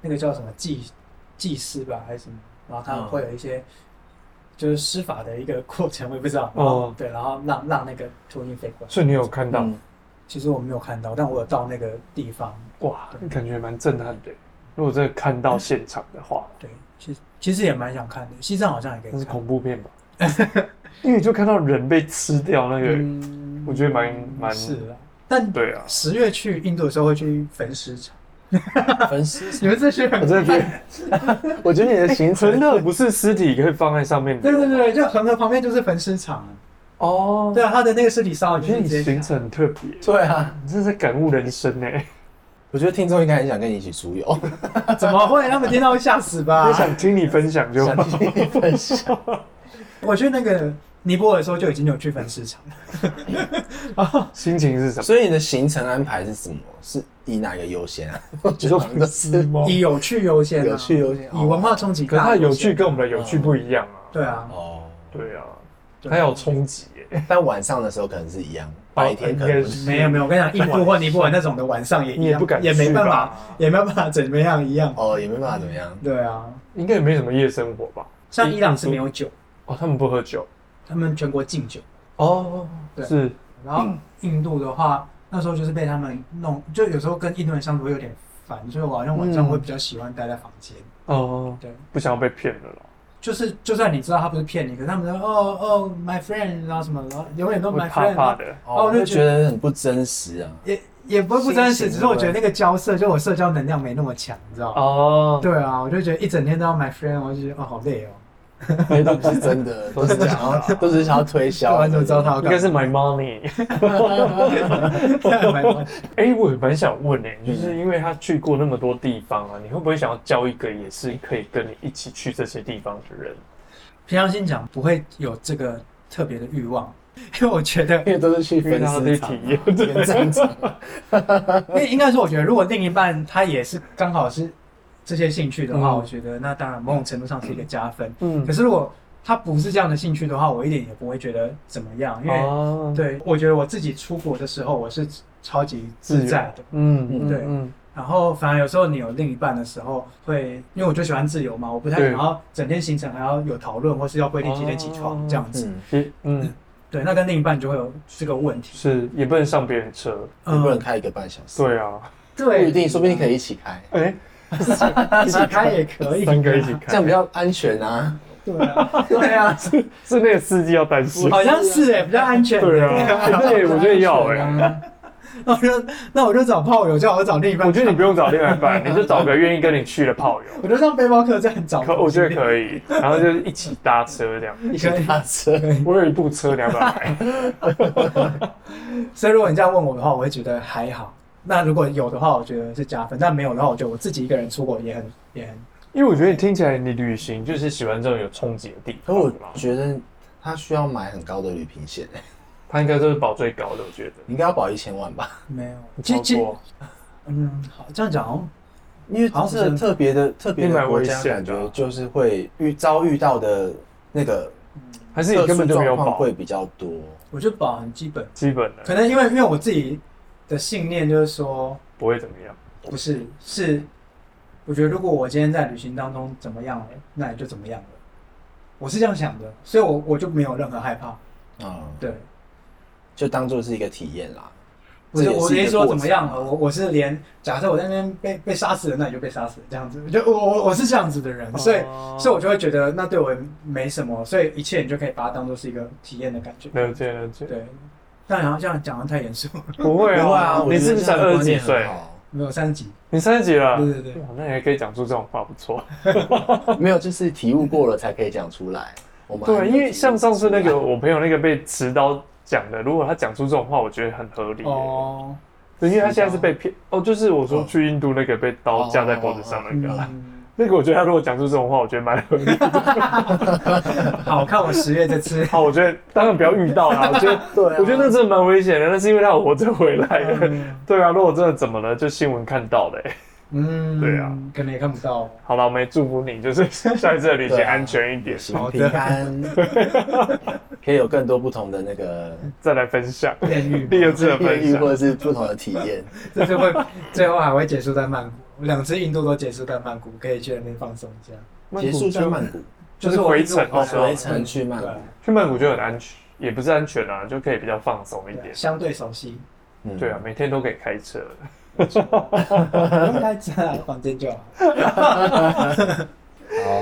[SPEAKER 4] 那个叫什么祭祭司吧还是什么，然后他们
[SPEAKER 1] 嗯
[SPEAKER 4] 会有一些。就是施法的一个过程，我也不知道。
[SPEAKER 2] 哦
[SPEAKER 4] 然后对，然后让让那个秃鹰飞过来。
[SPEAKER 2] 所以你有看到
[SPEAKER 1] 嗯
[SPEAKER 4] 其实我没有看到，但我有到那个地方，
[SPEAKER 2] 哇，感觉蛮震撼的。如果真的看到现场的话，
[SPEAKER 4] 对，其实其实也蛮想看的，西藏好像也可
[SPEAKER 2] 那
[SPEAKER 4] 以
[SPEAKER 2] 是
[SPEAKER 4] 看。
[SPEAKER 2] 恐怖片吧？因为就看到人被吃掉那个，
[SPEAKER 4] 嗯
[SPEAKER 2] 我觉得蛮蛮
[SPEAKER 4] 是啦。但
[SPEAKER 2] 对啊，
[SPEAKER 4] 十月去印度的时候会去焚尸场，
[SPEAKER 1] 焚尸
[SPEAKER 4] 你们这些
[SPEAKER 2] 我
[SPEAKER 4] 很
[SPEAKER 2] 真的觉得，我觉得你的行程乐不是尸体可以放在上面
[SPEAKER 4] 对
[SPEAKER 2] 的
[SPEAKER 4] 对对，就恒河旁边就是焚尸场啊。
[SPEAKER 2] 哦。
[SPEAKER 4] 对啊，他的那个尸体烧了，
[SPEAKER 2] 我
[SPEAKER 4] 你
[SPEAKER 2] 觉得
[SPEAKER 4] 就
[SPEAKER 2] 你
[SPEAKER 4] 直接
[SPEAKER 2] 行
[SPEAKER 4] 拿
[SPEAKER 2] 程很特 别，
[SPEAKER 1] 对啊，
[SPEAKER 2] 你真是感悟人生欸呢。
[SPEAKER 1] 我觉得听众应该很想跟你一起出游，
[SPEAKER 4] 怎么会？他们听到会吓死吧
[SPEAKER 2] 就？想听你分享就
[SPEAKER 1] 想
[SPEAKER 2] 好。
[SPEAKER 1] 听你分享。
[SPEAKER 4] 我去那个尼泊尔的时候就已经有去焚尸场了，
[SPEAKER 2] 心情是什 么？
[SPEAKER 1] 所以你的行程安排是什么？是以哪个优先啊？ 我觉得
[SPEAKER 2] 你说
[SPEAKER 1] 好像都
[SPEAKER 2] 粉丝
[SPEAKER 1] 是
[SPEAKER 2] 吗？
[SPEAKER 4] 以有趣优先啊，
[SPEAKER 1] 有趣优先
[SPEAKER 4] 以文化冲击
[SPEAKER 2] 哦可是
[SPEAKER 4] 大
[SPEAKER 2] 它
[SPEAKER 4] 优先。
[SPEAKER 2] 有趣跟我们的有趣不一样啊。
[SPEAKER 4] 对啊，
[SPEAKER 1] 哦。
[SPEAKER 2] 对啊，
[SPEAKER 4] 对
[SPEAKER 2] 它有冲击欸耶。
[SPEAKER 1] 但晚上的时候可能是一样，白天可能哦不是
[SPEAKER 4] 没有没有，我跟你讲，印度或尼泊尔那种的晚上也一样
[SPEAKER 2] 你也不敢
[SPEAKER 4] 也没
[SPEAKER 2] 去
[SPEAKER 4] 办
[SPEAKER 2] 吧
[SPEAKER 4] 法，也没办法怎么样一样。
[SPEAKER 1] 哦，也没办法怎么样。
[SPEAKER 4] 对啊，
[SPEAKER 2] 应该也没什么夜生活吧？
[SPEAKER 4] 像伊朗是没有酒，
[SPEAKER 2] 哦，他们不喝酒
[SPEAKER 4] 他们全国禁酒。
[SPEAKER 2] 哦，
[SPEAKER 4] 对
[SPEAKER 2] 是
[SPEAKER 4] 然后
[SPEAKER 2] 嗯
[SPEAKER 4] 印度的话，那时候就是被他们弄，就有时候跟印度人相处会有点烦，所以我好像晚
[SPEAKER 2] 嗯
[SPEAKER 4] 上会比较喜欢待在房间。
[SPEAKER 2] 哦，
[SPEAKER 4] 对，
[SPEAKER 2] 不想要被骗了啦。
[SPEAKER 4] 就是就算你知道他不是骗你，可是他们说哦哦，my friend，然后什么，然后永远都
[SPEAKER 2] 会
[SPEAKER 4] my
[SPEAKER 2] 怕
[SPEAKER 4] friend，
[SPEAKER 2] 怕
[SPEAKER 4] 然
[SPEAKER 2] 的，
[SPEAKER 4] 后
[SPEAKER 1] 哦，
[SPEAKER 4] 哦
[SPEAKER 1] 我
[SPEAKER 4] 我
[SPEAKER 1] 就
[SPEAKER 4] 就
[SPEAKER 1] 觉
[SPEAKER 4] 觉
[SPEAKER 1] 得很不真实 啊。
[SPEAKER 4] 也也不会不真
[SPEAKER 1] 心
[SPEAKER 4] 实，
[SPEAKER 1] 情
[SPEAKER 4] 只是我
[SPEAKER 1] 对
[SPEAKER 4] 觉得那个交涉，就我社交能量没那么强，你知道吗？
[SPEAKER 2] 哦，
[SPEAKER 4] 对啊，我就觉得一整天都要 my friend，我就觉得哦好累哦，
[SPEAKER 1] 那都 不是真的，都是想要，都只是想要推
[SPEAKER 2] 哦
[SPEAKER 1] 销。
[SPEAKER 4] 不然怎么知道他要
[SPEAKER 2] 应
[SPEAKER 4] 干
[SPEAKER 2] 该是
[SPEAKER 4] 嘛？
[SPEAKER 2] my money。
[SPEAKER 4] 买东西
[SPEAKER 2] 哎，我也蛮想问哎，就是因为他去过那么多地方啊，你会不会想要交一个也是可以跟你一起去这些地方的人？
[SPEAKER 4] 平常心讲不会有这个特别的欲望， 因为我觉 得
[SPEAKER 1] 因为都是去粉
[SPEAKER 2] 粉
[SPEAKER 1] 丝
[SPEAKER 2] 丝
[SPEAKER 1] 场
[SPEAKER 2] 场啊
[SPEAKER 1] 啊，演唱场。
[SPEAKER 4] 因为应该说，我觉得如果另一半他也是刚好是这些兴趣的话，
[SPEAKER 2] 嗯
[SPEAKER 4] 我觉得那当然某种程度上是一个加分。
[SPEAKER 2] 嗯
[SPEAKER 4] 可，是如果他不是这样的兴趣的话，我一点也不会觉得怎么样，因为、
[SPEAKER 2] 哦，
[SPEAKER 4] 对我觉得我自己出国的时候我是超级自在的，
[SPEAKER 2] 嗯，
[SPEAKER 4] 对
[SPEAKER 2] 嗯，
[SPEAKER 4] 然后反而有时候你有另一半的时候会，因为我就喜欢自由嘛，我不太
[SPEAKER 2] 对
[SPEAKER 4] 想要整天行程还要有讨论，或是要规定几点起床、
[SPEAKER 2] 哦
[SPEAKER 4] 这样子。
[SPEAKER 6] 嗯，
[SPEAKER 2] 也嗯
[SPEAKER 4] 对，那跟另一半就会有这个问题。嗯
[SPEAKER 2] 是也不能上别人车，
[SPEAKER 1] 能不能开一个半小时？
[SPEAKER 2] 嗯对啊，
[SPEAKER 1] 不一
[SPEAKER 4] 对，
[SPEAKER 1] 定，说不定可以一起开，
[SPEAKER 2] 哎，
[SPEAKER 4] 一起开也可以，
[SPEAKER 2] 三个一起开，
[SPEAKER 1] 这样比较安全啊。
[SPEAKER 4] 对啊，对啊，
[SPEAKER 2] 是那个司机要担心，
[SPEAKER 4] 好像是哎、比较安全。
[SPEAKER 2] 对啊，对，我觉得要哎，
[SPEAKER 4] 那 我就那我就找炮友，就好，我找另一 半。
[SPEAKER 2] 我觉得你不用找另外一 半，你就找个愿意跟你去的炮友，
[SPEAKER 4] 我就上背包客栈找。
[SPEAKER 2] 可我觉得可以，然后就是一起搭车 这样。
[SPEAKER 4] 你可以。
[SPEAKER 1] 搭车，
[SPEAKER 2] 我有一部车，你要不要买？
[SPEAKER 4] 所以如果你这样问我的话，我会觉得还好。那如果有的话，我觉得是加分；但没有的话，我觉得我自己一个人出国也很也很。
[SPEAKER 2] 因为我觉得你听起来你旅行就是喜欢这种有冲击的地
[SPEAKER 1] 可
[SPEAKER 2] 方
[SPEAKER 1] 我
[SPEAKER 2] 嘛。
[SPEAKER 1] 觉得他需要买很高的旅平险、欸，
[SPEAKER 2] 他应该都是保最高的，我觉得。
[SPEAKER 1] 你应该要保一千万吧？
[SPEAKER 4] 没有，
[SPEAKER 2] 超
[SPEAKER 4] 其其
[SPEAKER 2] 过
[SPEAKER 4] 嗯，好，这样讲好像
[SPEAKER 1] 因为
[SPEAKER 4] 好像
[SPEAKER 1] 这
[SPEAKER 4] 是
[SPEAKER 1] 特别的特别
[SPEAKER 2] 另外
[SPEAKER 1] 的
[SPEAKER 2] 危
[SPEAKER 1] 国家，
[SPEAKER 2] 险
[SPEAKER 1] 感
[SPEAKER 2] 的
[SPEAKER 1] 觉
[SPEAKER 2] 啊
[SPEAKER 1] 就是会遇遭遇到的那个
[SPEAKER 2] 还是你
[SPEAKER 1] 特
[SPEAKER 2] 根
[SPEAKER 1] 殊
[SPEAKER 2] 本就没有
[SPEAKER 1] 状况
[SPEAKER 2] 保
[SPEAKER 1] 会比较多。
[SPEAKER 4] 我觉得保很基本，
[SPEAKER 2] 基本
[SPEAKER 4] 可
[SPEAKER 2] 的，
[SPEAKER 4] 能因为因为我自己的信念就是说，
[SPEAKER 2] 不会怎么样。
[SPEAKER 4] 不是是，我觉得如果我今天在旅行当中怎么样了，那也就怎么样了。我是这样想的，所以我我就没有任何害怕。
[SPEAKER 1] 嗯，
[SPEAKER 4] 对，
[SPEAKER 1] 就当做是一个体验啦。
[SPEAKER 4] 不是
[SPEAKER 1] 这也
[SPEAKER 4] 我
[SPEAKER 1] 是一个
[SPEAKER 4] 连说怎么样
[SPEAKER 1] 过
[SPEAKER 4] 了，
[SPEAKER 1] 程
[SPEAKER 4] 我我是连假设我在那边被被杀死了，那你就被杀死了这样子。我就我我我是这样子的人，所以、
[SPEAKER 2] 哦
[SPEAKER 4] 所以我就会觉得那对我没什么，所以一切你就可以把它当做是一个体验的感觉。
[SPEAKER 2] 了解了解，
[SPEAKER 4] 对，但好像这样讲的太严肃了，
[SPEAKER 2] 不会
[SPEAKER 1] 不会啊
[SPEAKER 2] 啊，
[SPEAKER 1] 我
[SPEAKER 2] 你
[SPEAKER 1] 觉得
[SPEAKER 2] 是不是
[SPEAKER 1] 这
[SPEAKER 2] 才
[SPEAKER 1] 样的
[SPEAKER 2] 二十
[SPEAKER 1] 观
[SPEAKER 2] 几
[SPEAKER 1] 念很
[SPEAKER 2] 岁？
[SPEAKER 1] 好
[SPEAKER 4] 没有三十几，
[SPEAKER 2] 你三十几了？
[SPEAKER 4] 对对对
[SPEAKER 2] 哇，那你还可以讲出这种话，不错。
[SPEAKER 1] 没有，就是体悟过了才可以讲出来。我们还没
[SPEAKER 2] 对，
[SPEAKER 1] 有
[SPEAKER 2] 啊因为
[SPEAKER 1] 体悟
[SPEAKER 2] 像上次那
[SPEAKER 1] 出
[SPEAKER 2] 个
[SPEAKER 1] 来
[SPEAKER 2] 我朋友那个被持刀讲的，如果他讲出这种话，我觉得很合理耶。
[SPEAKER 4] 哦，
[SPEAKER 2] 对，因为他现在是被骗哦，就是我说去印度那个被刀架在脖子上那个啊，
[SPEAKER 4] 嗯，
[SPEAKER 2] 那个我觉得他如果讲出这种话，我觉得蛮 合理的。
[SPEAKER 4] 好看我十月这次。
[SPEAKER 2] 好，我觉得当然不要遇到 啦，我觉得，
[SPEAKER 1] 对啊
[SPEAKER 2] 我觉得那真的蛮危险的，那是因为他有活着回来的。
[SPEAKER 4] 嗯
[SPEAKER 2] 对啊，如果真的怎么了，就新闻看到的欸。
[SPEAKER 4] 嗯，
[SPEAKER 2] 对啊，
[SPEAKER 4] 可能也看不到。
[SPEAKER 2] 好了，我们也祝福你，就是 下一次的旅行
[SPEAKER 1] 对啊
[SPEAKER 2] 安全一点，
[SPEAKER 1] 行平安， 可以有更多不同的那个
[SPEAKER 2] 再来分享
[SPEAKER 4] 艳遇
[SPEAKER 2] 第二次的
[SPEAKER 1] 艳
[SPEAKER 2] 分
[SPEAKER 1] 遇或
[SPEAKER 2] 享。
[SPEAKER 1] 者是不同的体验。
[SPEAKER 4] 这次会最后还会结束在曼谷，两次印度都结束在曼谷，可以去那边放松一下。
[SPEAKER 1] 结束在 曼谷，
[SPEAKER 2] 就是回程
[SPEAKER 4] 我
[SPEAKER 2] 哦
[SPEAKER 1] 回程去曼谷，
[SPEAKER 2] 去曼谷就很安全，也不是安全啦，就可以比较放松一
[SPEAKER 4] 对
[SPEAKER 2] 点。
[SPEAKER 4] 相对熟悉，
[SPEAKER 1] 嗯
[SPEAKER 2] 对啊，，每天都可以开车。
[SPEAKER 4] 应该在房间就好。
[SPEAKER 1] 好，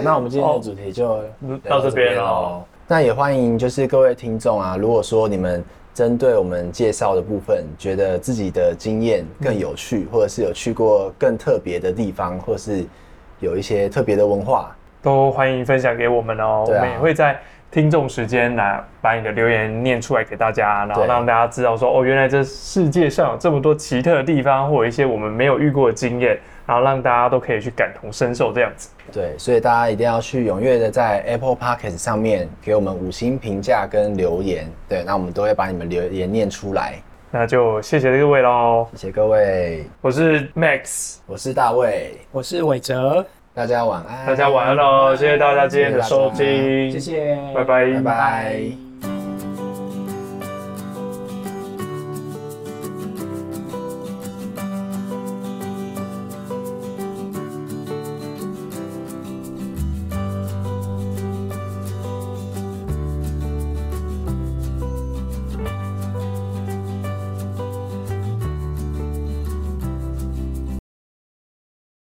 [SPEAKER 1] 那我们今天的主题就
[SPEAKER 2] 哦到这边哦
[SPEAKER 1] 喽
[SPEAKER 2] 咯。
[SPEAKER 1] 那也欢迎就是各位听众啊，如果说你们针对我们介绍的部分，觉得自己的经验更有趣，或者是有去过更特别的地方，或是有一些特别的文化，
[SPEAKER 2] 都欢迎分享给我们哦。我
[SPEAKER 1] 对啊
[SPEAKER 2] 们也会在听众时间来把你的留言念出来给大家，然后
[SPEAKER 1] 对
[SPEAKER 2] 让大家知道说，哦，原来这世界上有这么多奇特的地方，或有一些我们没有遇过的经验，然后让大家都可以去感同身受这样子。
[SPEAKER 1] 对，所以大家一定要去踊跃的在 Apple Podcast 上面给我们五星评价跟留言，对，那我们都会把你们留言念出来。
[SPEAKER 2] 那就谢谢各位喽，
[SPEAKER 1] 谢谢各位，
[SPEAKER 2] 我是 Max，
[SPEAKER 1] 我是大卫，
[SPEAKER 4] 我是伟哲，
[SPEAKER 1] 大家晚安，
[SPEAKER 2] 哎大家晚安喽，谢谢大家今天的收听，
[SPEAKER 4] 谢，谢，
[SPEAKER 2] 拜拜，
[SPEAKER 1] 拜拜。